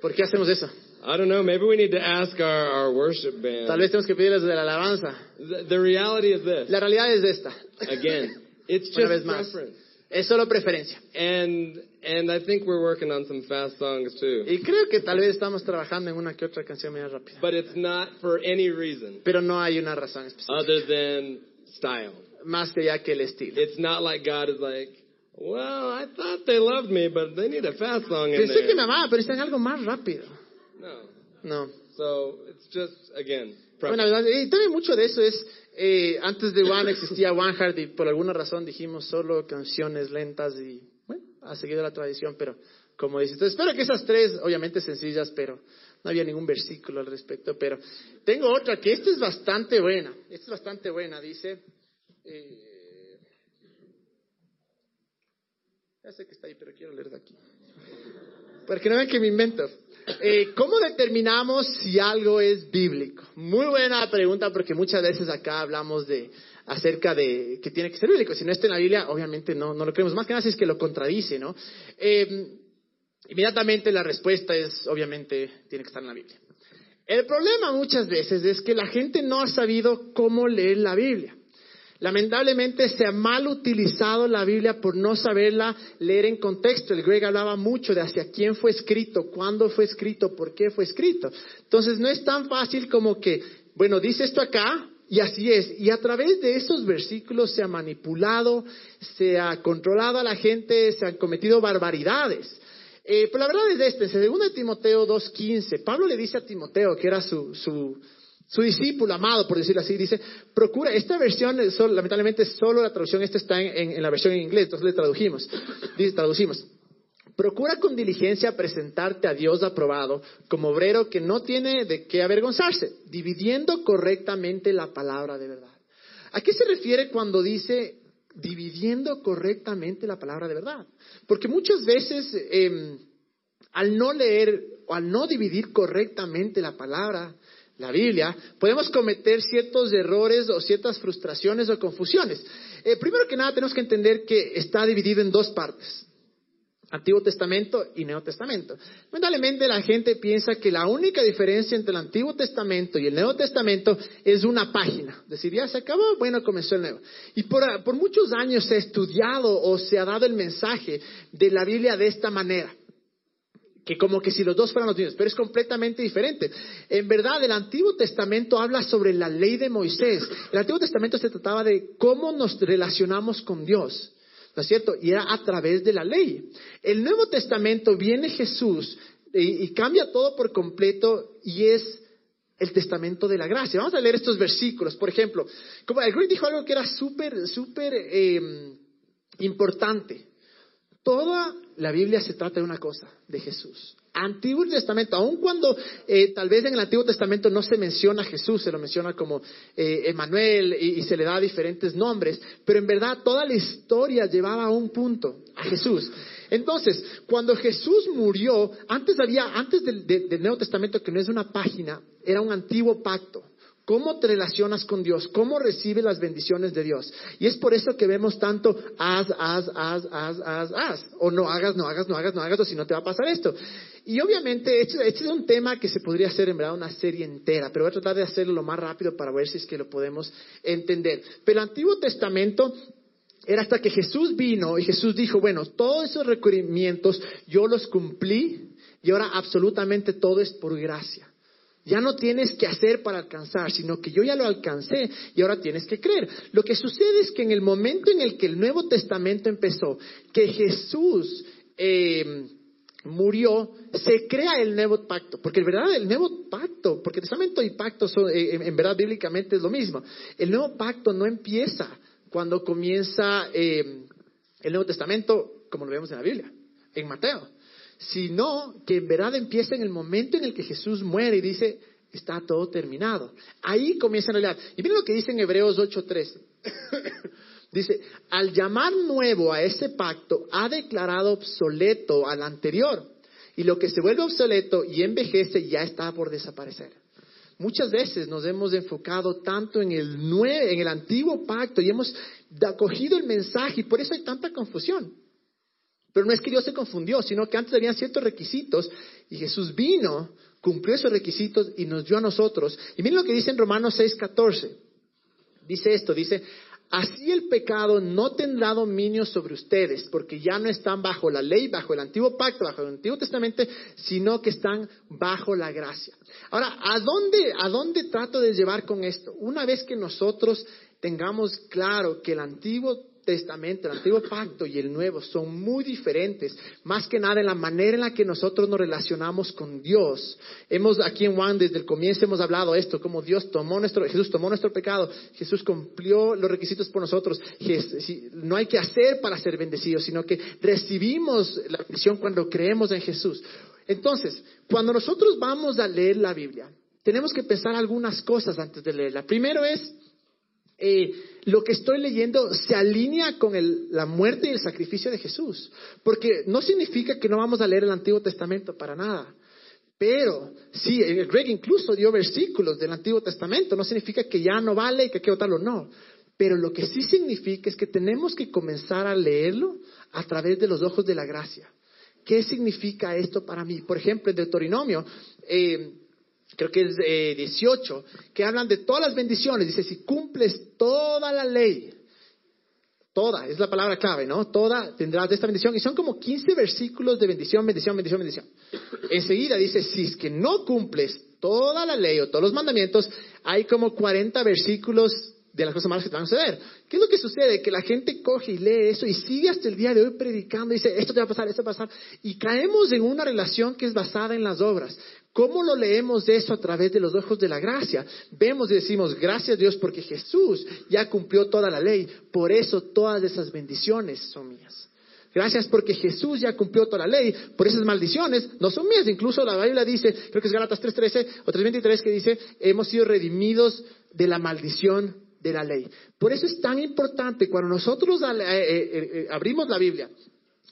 Speaker 1: ¿por qué hacemos eso?
Speaker 2: I don't know. Maybe we need to ask our, our worship band.
Speaker 1: Tal vez tenemos que pedirles de la alabanza.
Speaker 2: The, the reality is this.
Speaker 1: La realidad es esta.
Speaker 2: Again, it's
Speaker 1: Una vez
Speaker 2: just
Speaker 1: más.
Speaker 2: preference.
Speaker 1: Es solo preferencia.
Speaker 2: And and I think we're working on some fast songs too.
Speaker 1: Y creo que tal vez estamos trabajando en una que otra canción medio rápida.
Speaker 2: But it's not for any reason
Speaker 1: Pero no hay una razón específica.
Speaker 2: other than style.
Speaker 1: Más que ya que el estilo.
Speaker 2: It's not like God is like, well, I thought they loved me, but they need a fast song in
Speaker 1: Pensé que me
Speaker 2: there.
Speaker 1: amaba, pero está en algo más rápido.
Speaker 2: No.
Speaker 1: No.
Speaker 2: So it's just again.
Speaker 1: Bueno,
Speaker 2: preference.
Speaker 1: y también mucho de eso es, eh, antes de One existía One Heart y por alguna razón dijimos solo canciones lentas y, bueno, ha seguido la tradición, pero como dices, entonces espero que esas tres, obviamente sencillas, pero no había ningún versículo al respecto, pero tengo otra que esta es bastante buena, esta es bastante buena, dice, eh, ya sé que está ahí, pero quiero leer de aquí. Para que no vean que me invento. Eh, ¿Cómo determinamos si algo es bíblico? Muy buena pregunta porque muchas veces acá hablamos de acerca de que tiene que ser bíblico. Si no está en la Biblia, obviamente no, no lo creemos. Más que nada si es que lo contradice, ¿no? Eh, inmediatamente la respuesta es, obviamente, tiene que estar en la Biblia. El problema muchas veces es que la gente no ha sabido cómo leer la Biblia. Lamentablemente se ha mal utilizado la Biblia por no saberla leer en contexto. El Greg hablaba mucho de hacia quién fue escrito, cuándo fue escrito, por qué fue escrito. Entonces no es tan fácil como que, bueno, dice esto acá y así es. Y a través de esos versículos se ha manipulado, se ha controlado a la gente, se han cometido barbaridades. Eh, pero la verdad es esta, en 2 Timoteo 2.15, Pablo le dice a Timoteo, que era su, su, su discípulo amado, por decirlo así, dice, procura, esta versión, eh, solo- lamentablemente solo la traducción, esta está en, en- en la versión en inglés, entonces le tradujimos, dice, traducimos. Procura con diligencia presentarte a Dios aprobado como obrero que no tiene de qué avergonzarse, dividiendo correctamente la palabra de verdad. ¿A qué se refiere cuando dice dividiendo correctamente la palabra de verdad? Porque muchas veces em, al no leer o al no dividir correctamente la palabra, la Biblia, podemos cometer ciertos errores o ciertas frustraciones o confusiones. Eh, primero que nada, tenemos que entender que está dividido en dos partes. Antiguo Testamento y Nuevo Testamento. Lamentablemente la gente piensa que la única diferencia entre el Antiguo Testamento y el Nuevo Testamento es una página. Decir, ya se acabó, bueno, comenzó el Nuevo. Y por, por muchos años se ha estudiado o se ha dado el mensaje de la Biblia de esta manera que como que si los dos fueran los mismos, pero es completamente diferente. En verdad, el Antiguo Testamento habla sobre la ley de Moisés. El Antiguo Testamento se trataba de cómo nos relacionamos con Dios, ¿no es cierto? Y era a través de la ley. El Nuevo Testamento viene Jesús y, y cambia todo por completo y es el testamento de la gracia. Vamos a leer estos versículos. Por ejemplo, como el Greg dijo algo que era súper, súper eh, importante. Toda la Biblia se trata de una cosa, de Jesús. Antiguo Testamento, aun cuando eh, tal vez en el Antiguo Testamento no se menciona a Jesús, se lo menciona como eh, Emanuel y, y se le da diferentes nombres, pero en verdad toda la historia llevaba a un punto, a Jesús. Entonces, cuando Jesús murió, antes había, antes del, del- del Nuevo Testamento, que no es una página, era un antiguo pacto. ¿Cómo te relacionas con Dios? ¿Cómo recibes las bendiciones de Dios? Y es por eso que vemos tanto haz, haz, haz, haz, haz, haz. O no hagas, no hagas, no hagas, no hagas, o si no te va a pasar esto. Y obviamente, este, este es un tema que se podría hacer en verdad una serie entera, pero voy a tratar de hacerlo lo más rápido para ver si es que lo podemos entender. Pero el Antiguo Testamento era hasta que Jesús vino y Jesús dijo, bueno, todos esos requerimientos yo los cumplí y ahora absolutamente todo es por gracia. Ya no tienes que hacer para alcanzar, sino que yo ya lo alcancé y ahora tienes que creer. Lo que sucede es que en el momento en el que el Nuevo Testamento empezó, que Jesús eh, murió, se crea el nuevo pacto, porque el verdad el nuevo pacto, porque testamento y pacto son, eh, en, en verdad bíblicamente es lo mismo. El nuevo pacto no empieza cuando comienza eh, el Nuevo Testamento, como lo vemos en la Biblia, en Mateo, sino que en verdad empieza en el momento en el que Jesús muere y dice, está todo terminado. Ahí comienza en realidad. Y miren lo que dice en Hebreos 8.3. *coughs* dice, al llamar nuevo a ese pacto, ha declarado obsoleto al anterior. Y lo que se vuelve obsoleto y envejece ya está por desaparecer. Muchas veces nos hemos enfocado tanto en el, nue- en el antiguo pacto y hemos da- cogido el mensaje y por eso hay tanta confusión. Pero no es que Dios se confundió, sino que antes habían ciertos requisitos y Jesús vino, cumplió esos requisitos y nos dio a nosotros. Y miren lo que dice en Romanos 6:14. Dice esto, dice, así el pecado no tendrá dominio sobre ustedes, porque ya no están bajo la ley, bajo el antiguo pacto, bajo el antiguo testamento, sino que están bajo la gracia. Ahora, ¿a dónde, ¿a dónde trato de llevar con esto? Una vez que nosotros tengamos claro que el antiguo Testamento, el Antiguo Pacto y el Nuevo son muy diferentes, más que nada en la manera en la que nosotros nos relacionamos con Dios. Hemos aquí en Juan desde el comienzo hemos hablado esto, como Dios tomó nuestro, Jesús tomó nuestro pecado, Jesús cumplió los requisitos por nosotros. Jes- si- No hay que hacer para ser bendecidos, sino que recibimos la bendición cuando creemos en Jesús. Entonces, cuando nosotros vamos a leer la Biblia, tenemos que pensar algunas cosas antes de leerla. Primero es eh, lo que estoy leyendo se alinea con el- la muerte y el sacrificio de Jesús. Porque no significa que no vamos a leer el Antiguo Testamento para nada. Pero, sí, eh, Greg incluso dio versículos del Antiguo Testamento. No significa que ya no vale y que hay que votarlo, no. Pero lo que sí significa es que tenemos que comenzar a leerlo a través de los ojos de la gracia. ¿Qué significa esto para mí? Por ejemplo, en Deuteronomio, eh, creo que es eh, 18, que hablan de todas las bendiciones. Dice, si cumples toda la ley, toda, es la palabra clave, ¿no? Toda tendrás de esta bendición. Y son como 15 versículos de bendición, bendición, bendición, bendición. Enseguida dice, si es que no cumples toda la ley o todos los mandamientos, hay como 40 versículos de las cosas malas que te van a suceder. ¿Qué es lo que sucede? Que la gente coge y lee eso y sigue hasta el día de hoy predicando y dice, esto te va a pasar, esto te va a pasar. Y caemos en una relación que es basada en las obras. ¿Cómo lo leemos eso a través de los ojos de la gracia? Vemos y decimos, gracias Dios porque Jesús ya cumplió toda la ley, por eso todas esas bendiciones son mías. Gracias porque Jesús ya cumplió toda la ley, por esas maldiciones no son mías. Incluso la Biblia dice, creo que es Galatas 3.13 o 3.23 que dice, hemos sido redimidos de la maldición de la ley. Por eso es tan importante cuando nosotros eh, eh, eh, abrimos la Biblia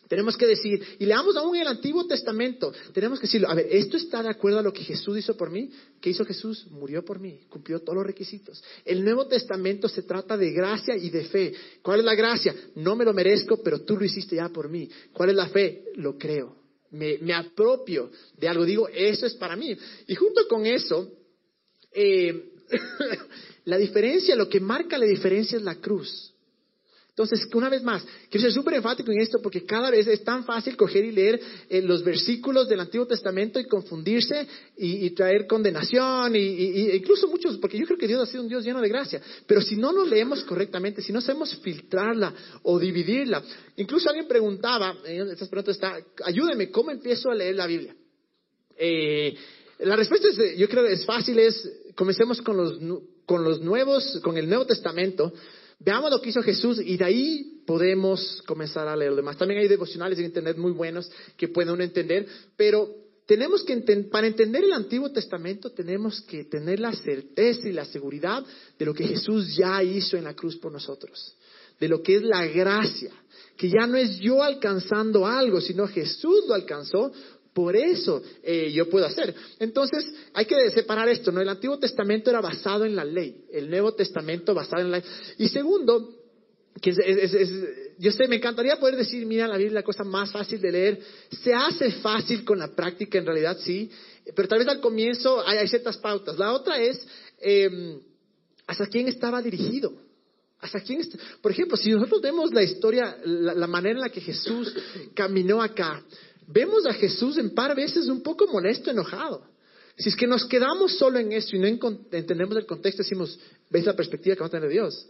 Speaker 1: tenemos que decir, y leamos aún el Antiguo Testamento, tenemos que decirlo, a ver, ¿esto está de acuerdo a lo que Jesús hizo por mí? ¿Qué hizo Jesús? Murió por mí, cumplió todos los requisitos. El Nuevo Testamento se trata de gracia y de fe. ¿Cuál es la gracia? No me lo merezco, pero tú lo hiciste ya por mí. ¿Cuál es la fe? Lo creo. Me, me apropio de algo, digo, eso es para mí. Y junto con eso, eh, *coughs* la diferencia, lo que marca la diferencia es la cruz. Entonces, una vez más, quiero ser súper enfático en esto porque cada vez es tan fácil coger y leer eh, los versículos del Antiguo Testamento y confundirse y, y traer condenación, y, y- y- incluso muchos, porque yo creo que Dios ha sido un Dios lleno de gracia, pero si no lo leemos correctamente, si no sabemos filtrarla o dividirla, incluso alguien preguntaba, eh, estas preguntas está, ayúdeme, ¿cómo empiezo a leer la Biblia? Eh, la respuesta es, eh, yo creo que es fácil, es comencemos con los, nu- con los nuevos, con el Nuevo Testamento, veamos lo que hizo Jesús y de ahí podemos comenzar a leer lo demás. También hay devocionales en Internet muy buenos que puede uno entender, pero tenemos que enten- para entender el Antiguo Testamento tenemos que tener la certeza y la seguridad de lo que Jesús ya hizo en la cruz por nosotros, de lo que es la gracia, que ya no es yo alcanzando algo, sino Jesús lo alcanzó. Por eso eh, yo puedo hacer. Entonces hay que separar esto, ¿no? El Antiguo Testamento era basado en la ley, el Nuevo Testamento basado en la ley. Y segundo, que es- es- es- yo sé, me encantaría poder decir, mira, la Biblia es la cosa más fácil de leer. Se hace fácil con la práctica, en realidad sí, pero tal vez al comienzo hay, hay ciertas pautas. La otra es, eh, ¿hasta quién estaba dirigido? ¿Hasta quién est- Por ejemplo, si nosotros vemos la historia, la, la manera en la que Jesús caminó acá, vemos a Jesús en par veces un poco molesto, enojado. Si es que nos quedamos solo en eso y no encon- entendemos el contexto, decimos, ¿ves la perspectiva que va a tener Dios?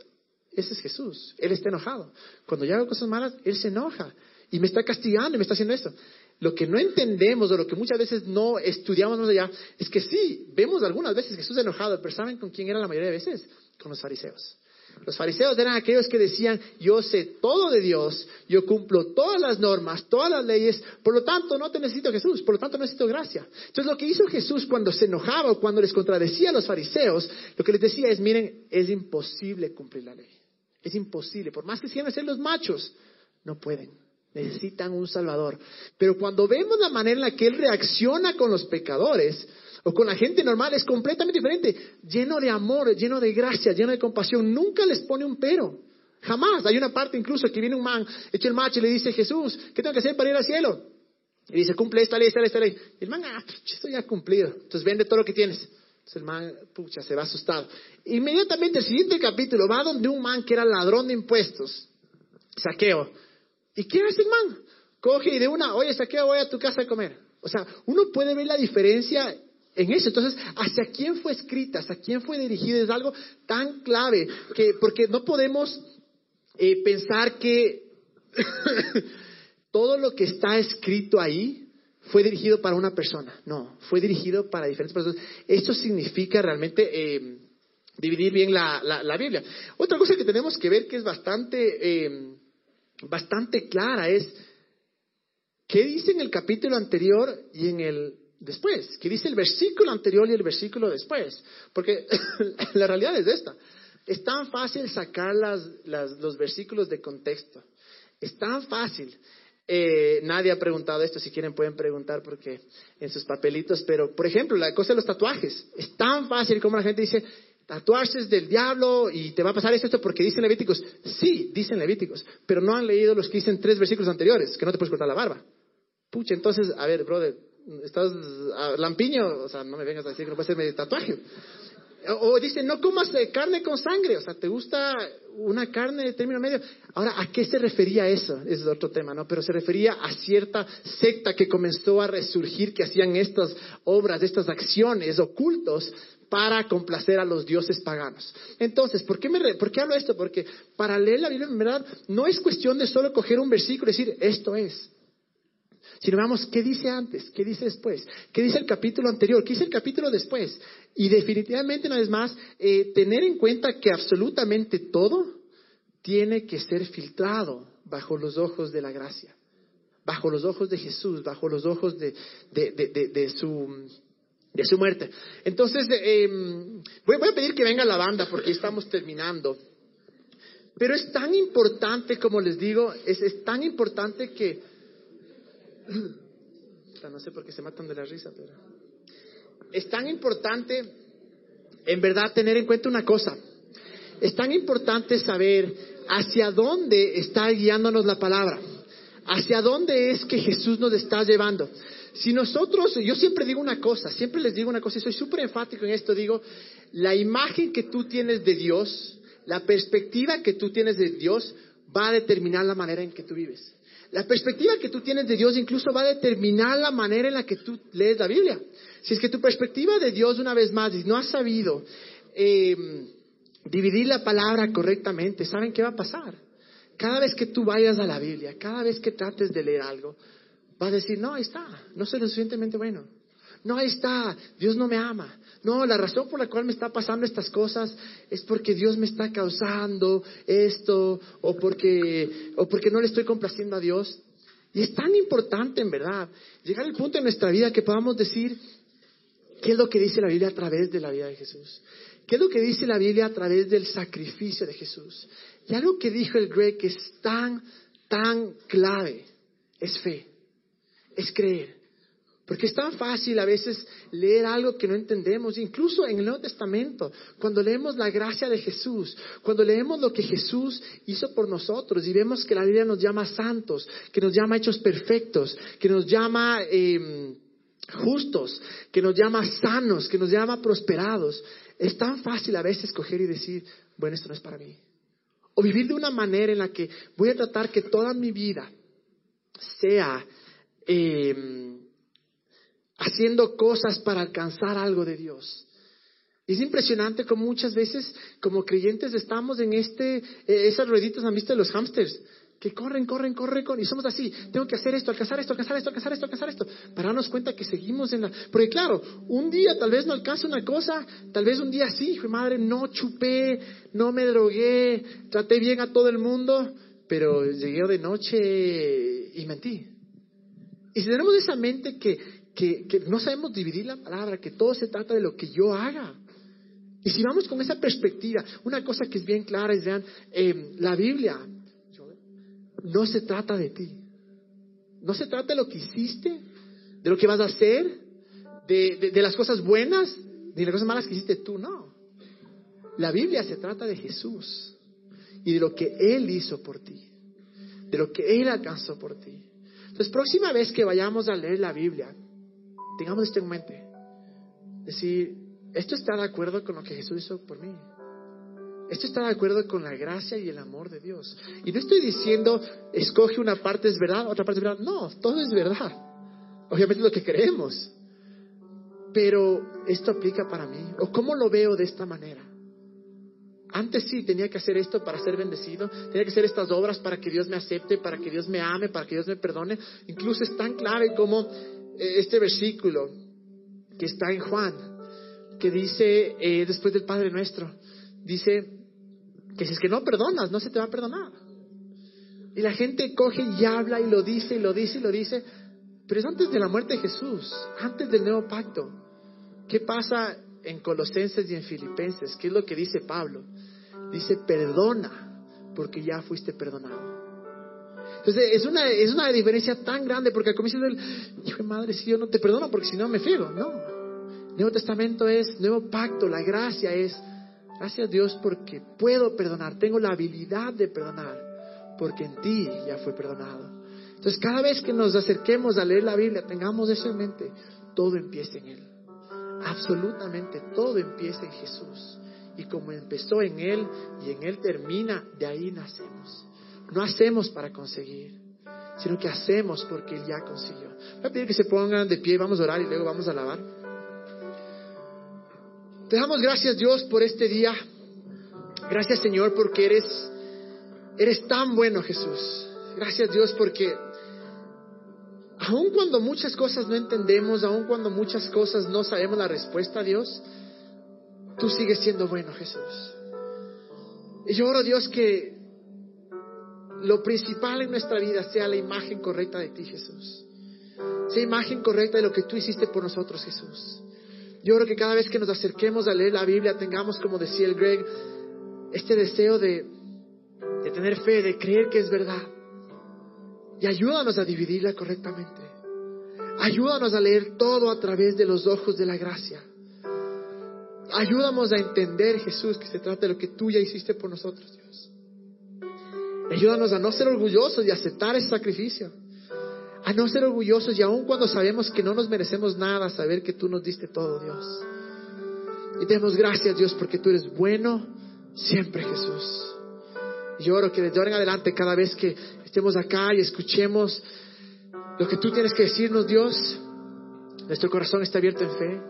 Speaker 1: Ese es Jesús. Él está enojado. Cuando yo hago cosas malas, Él se enoja y me está castigando y me está haciendo eso. Lo que no entendemos o lo que muchas veces no estudiamos más allá es que sí, vemos algunas veces Jesús enojado, pero ¿saben con quién era la mayoría de veces? Con los fariseos. Los fariseos eran aquellos que decían, yo sé todo de Dios, yo cumplo todas las normas, todas las leyes, por lo tanto no te necesito Jesús, por lo tanto no necesito gracia. Entonces lo que hizo Jesús cuando se enojaba o cuando les contradecía a los fariseos, lo que les decía es, miren, es imposible cumplir la ley, es imposible, por más que quieran ser los machos, no pueden. Necesitan un Salvador. Pero cuando vemos la manera en la que Él reacciona con los pecadores o con la gente normal, es completamente diferente. Lleno de amor, lleno de gracia, lleno de compasión. Nunca les pone un pero. Jamás. Hay una parte incluso que viene un man, hecho el macho y le dice, Jesús, ¿qué tengo que hacer para ir al cielo? Y dice, cumple esta ley, esta ley, esta ley. Y el man, ah, pucha, esto ya cumplido. Entonces vende todo lo que tienes. Entonces el man, pucha, se va asustado. Inmediatamente el siguiente capítulo va donde un man que era ladrón de impuestos, saqueo. ¿Y qué hace el man? Coge y de una, oye, saqueo, voy a tu casa a comer. O sea, uno puede ver la diferencia en eso. Entonces, ¿hacia quién fue escrita? ¿Hacia quién fue dirigida? Es algo tan clave que, porque no podemos eh, pensar que *laughs* todo lo que está escrito ahí fue dirigido para una persona. No, fue dirigido para diferentes personas. Esto significa realmente eh, dividir bien la, la- la Biblia. Otra cosa que tenemos que ver que es bastante, eh, bastante clara es qué dice en el capítulo anterior y en el después. ¿Qué dice el versículo anterior y el versículo después? Porque *coughs* la realidad es esta. Es tan fácil sacar las- las- los versículos de contexto. Es tan fácil. Eh, nadie ha preguntado esto, si quieren pueden preguntar porque en sus papelitos, pero por ejemplo, la cosa de los tatuajes, es tan fácil como la gente dice, tatuarse es del diablo y te va a pasar esto, esto porque dicen Levíticos, sí, dicen Levíticos, pero no han leído los que dicen tres versículos anteriores, que no te puedes cortar la barba. Pucha, entonces, a ver, brother, estás ah, lampiño, o sea, no me vengas a decir que no puedes hacerme tatuaje. O o dice, no comas eh, carne con sangre, o sea, te gusta una carne de término medio. Ahora, ¿a qué se refería eso? Es otro tema, ¿no? Pero se refería a cierta secta que comenzó a resurgir, que hacían estas obras, estas acciones ocultos para complacer a los dioses paganos. Entonces, ¿por qué, me re- ¿por qué hablo esto? Porque para leer la Biblia, en verdad, no es cuestión de solo coger un versículo y decir, esto es. Sino vamos, ¿qué dice antes? ¿Qué dice después? ¿Qué dice el capítulo anterior? ¿Qué dice el capítulo después? Y definitivamente, una vez más, eh, tener en cuenta que absolutamente todo tiene que ser filtrado bajo los ojos de la gracia, bajo los ojos de Jesús, bajo los ojos de, de- de- de- de su, de su muerte. Entonces, eh, em, voy- voy a pedir que venga la banda porque estamos terminando. Pero es tan importante, como les digo, es, es tan importante que... Puta, No sé por qué se matan de la risa, pero... Es tan importante, en verdad, tener en cuenta una cosa. Es tan importante saber hacia dónde está guiándonos la palabra. Hacia dónde es que Jesús nos está llevando. Si nosotros, yo siempre digo una cosa, siempre les digo una cosa y soy súper enfático en esto, digo, la imagen que tú tienes de Dios, la perspectiva que tú tienes de Dios va a determinar la manera en que tú vives. La perspectiva que tú tienes de Dios incluso va a determinar la manera en la que tú lees la Biblia. Si es que tu perspectiva de Dios, una vez más, no has sabido eh, dividir la palabra correctamente, ¿saben qué va a pasar? Cada vez que tú vayas a la Biblia, cada vez que trates de leer algo, vas a decir, no, ahí está, no soy lo suficientemente bueno. No, ahí está, Dios no me ama. No, la razón por la cual me está pasando estas cosas es porque Dios me está causando esto o porque, o porque no le estoy complaciendo a Dios. Y es tan importante, en verdad, llegar al punto en nuestra vida que podamos decir, ¿qué es lo que dice la Biblia a través de la vida de Jesús? ¿Qué es lo que dice la Biblia a través del sacrificio de Jesús? Y algo que dijo el Greg que es tan, tan clave, es fe, es creer. Porque es tan fácil a veces leer algo que no entendemos, incluso en el Nuevo Testamento, cuando leemos la gracia de Jesús, cuando leemos lo que Jesús hizo por nosotros y vemos que la Biblia nos llama santos, que nos llama hechos perfectos, que nos llama eh, justos, que nos llama sanos, que nos llama prosperados, es tan fácil a veces coger y decir, bueno, esto no es para mí. O vivir de una manera en la que voy a tratar que toda mi vida sea... eh, haciendo cosas para alcanzar algo de Dios. Es impresionante como muchas veces como creyentes estamos en este, eh, esas rueditas han visto de los hamsters, que corren, corren, corren, corren, y somos así, tengo que hacer esto, alcanzar esto, alcanzar esto, alcanzar esto, alcanzar esto, para darnos cuenta que seguimos en la... Porque claro, un día tal vez no alcance una cosa, tal vez un día sí, hijo y madre, no chupé, no me drogué, traté bien a todo el mundo, pero llegué de noche y mentí. Y si tenemos esa mente que, que, que, no sabemos dividir la palabra, que todo se trata de lo que yo haga. Y si vamos con esa perspectiva, una cosa que es bien clara es, vean, eh, la Biblia no se trata de ti. No se trata de lo que hiciste, de lo que vas a hacer, de, de, de las cosas buenas, ni de las cosas malas que hiciste tú, no. La Biblia se trata de Jesús y de lo que Él hizo por ti, de lo que Él alcanzó por ti. Entonces, próxima vez que vayamos a leer la Biblia, tengamos esto en mente. Decir, esto está de acuerdo con lo que Jesús hizo por mí. Esto está de acuerdo con la gracia y el amor de Dios. Y no estoy diciendo, escoge una parte es verdad, otra parte es verdad. No, todo es verdad. Obviamente lo que creemos. Pero esto aplica para mí. ¿O cómo lo veo de esta manera? Antes sí tenía que hacer esto para ser bendecido, tenía que hacer estas obras para que Dios me acepte, para que Dios me ame, para que Dios me perdone. Incluso es tan clave como este versículo que está en Juan, que dice, eh, después del Padre nuestro, dice que si es que no perdonas, no se te va a perdonar. Y la gente coge y habla y lo dice y lo dice y lo dice, pero es antes de la muerte de Jesús, antes del nuevo pacto. ¿Qué pasa en Colosenses y en Filipenses? ¿Qué es lo que dice Pablo? Dice, perdona porque ya fuiste perdonado. Entonces, es una, es una diferencia tan grande porque al comienzo del, hijo de madre, si yo no te perdono porque si no me fiero. No. Nuevo Testamento es nuevo pacto, la gracia es, gracias a Dios porque puedo perdonar, tengo la habilidad de perdonar, porque en ti ya fue perdonado. Entonces, cada vez que nos acerquemos a leer la Biblia, tengamos eso en mente, todo empieza en Él. Absolutamente todo empieza en Jesús. Y como empezó en Él y en Él termina, de ahí nacemos no hacemos para conseguir, sino que hacemos porque Él ya consiguió. Voy a pedir que se pongan de pie, vamos a orar y luego vamos a alabar. Te damos gracias Dios por este día. Gracias Señor porque eres, eres tan bueno Jesús. Gracias Dios porque aun cuando muchas cosas no entendemos, aun cuando muchas cosas no sabemos la respuesta a Dios, tú sigues siendo bueno Jesús. Y yo oro Dios que lo principal en nuestra vida sea la imagen correcta de ti, Jesús. Sea imagen correcta de lo que tú hiciste por nosotros, Jesús. Yo creo que cada vez que nos acerquemos a leer la Biblia, tengamos, como decía el Greg, este deseo de, de tener fe, de creer que es verdad. Y ayúdanos a dividirla correctamente. Ayúdanos a leer todo a través de los ojos de la gracia. Ayúdanos a entender, Jesús, que se trata de lo que tú ya hiciste por nosotros, Dios. Ayúdanos a no ser orgullosos y aceptar ese sacrificio. A no ser orgullosos y aun cuando sabemos que no nos merecemos nada, saber que tú nos diste todo, Dios. Y te damos gracias, Dios, porque tú eres bueno siempre, Jesús. Y yo oro que desde ahora en adelante, cada vez que estemos acá y escuchemos lo que tú tienes que decirnos, Dios, nuestro corazón está abierto en fe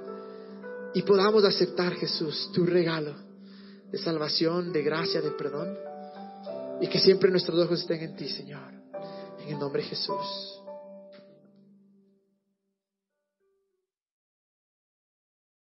Speaker 1: y podamos aceptar, Jesús, tu regalo de salvación, de gracia, de perdón y que siempre nuestros ojos estén en ti, Señor. En el nombre de Jesús.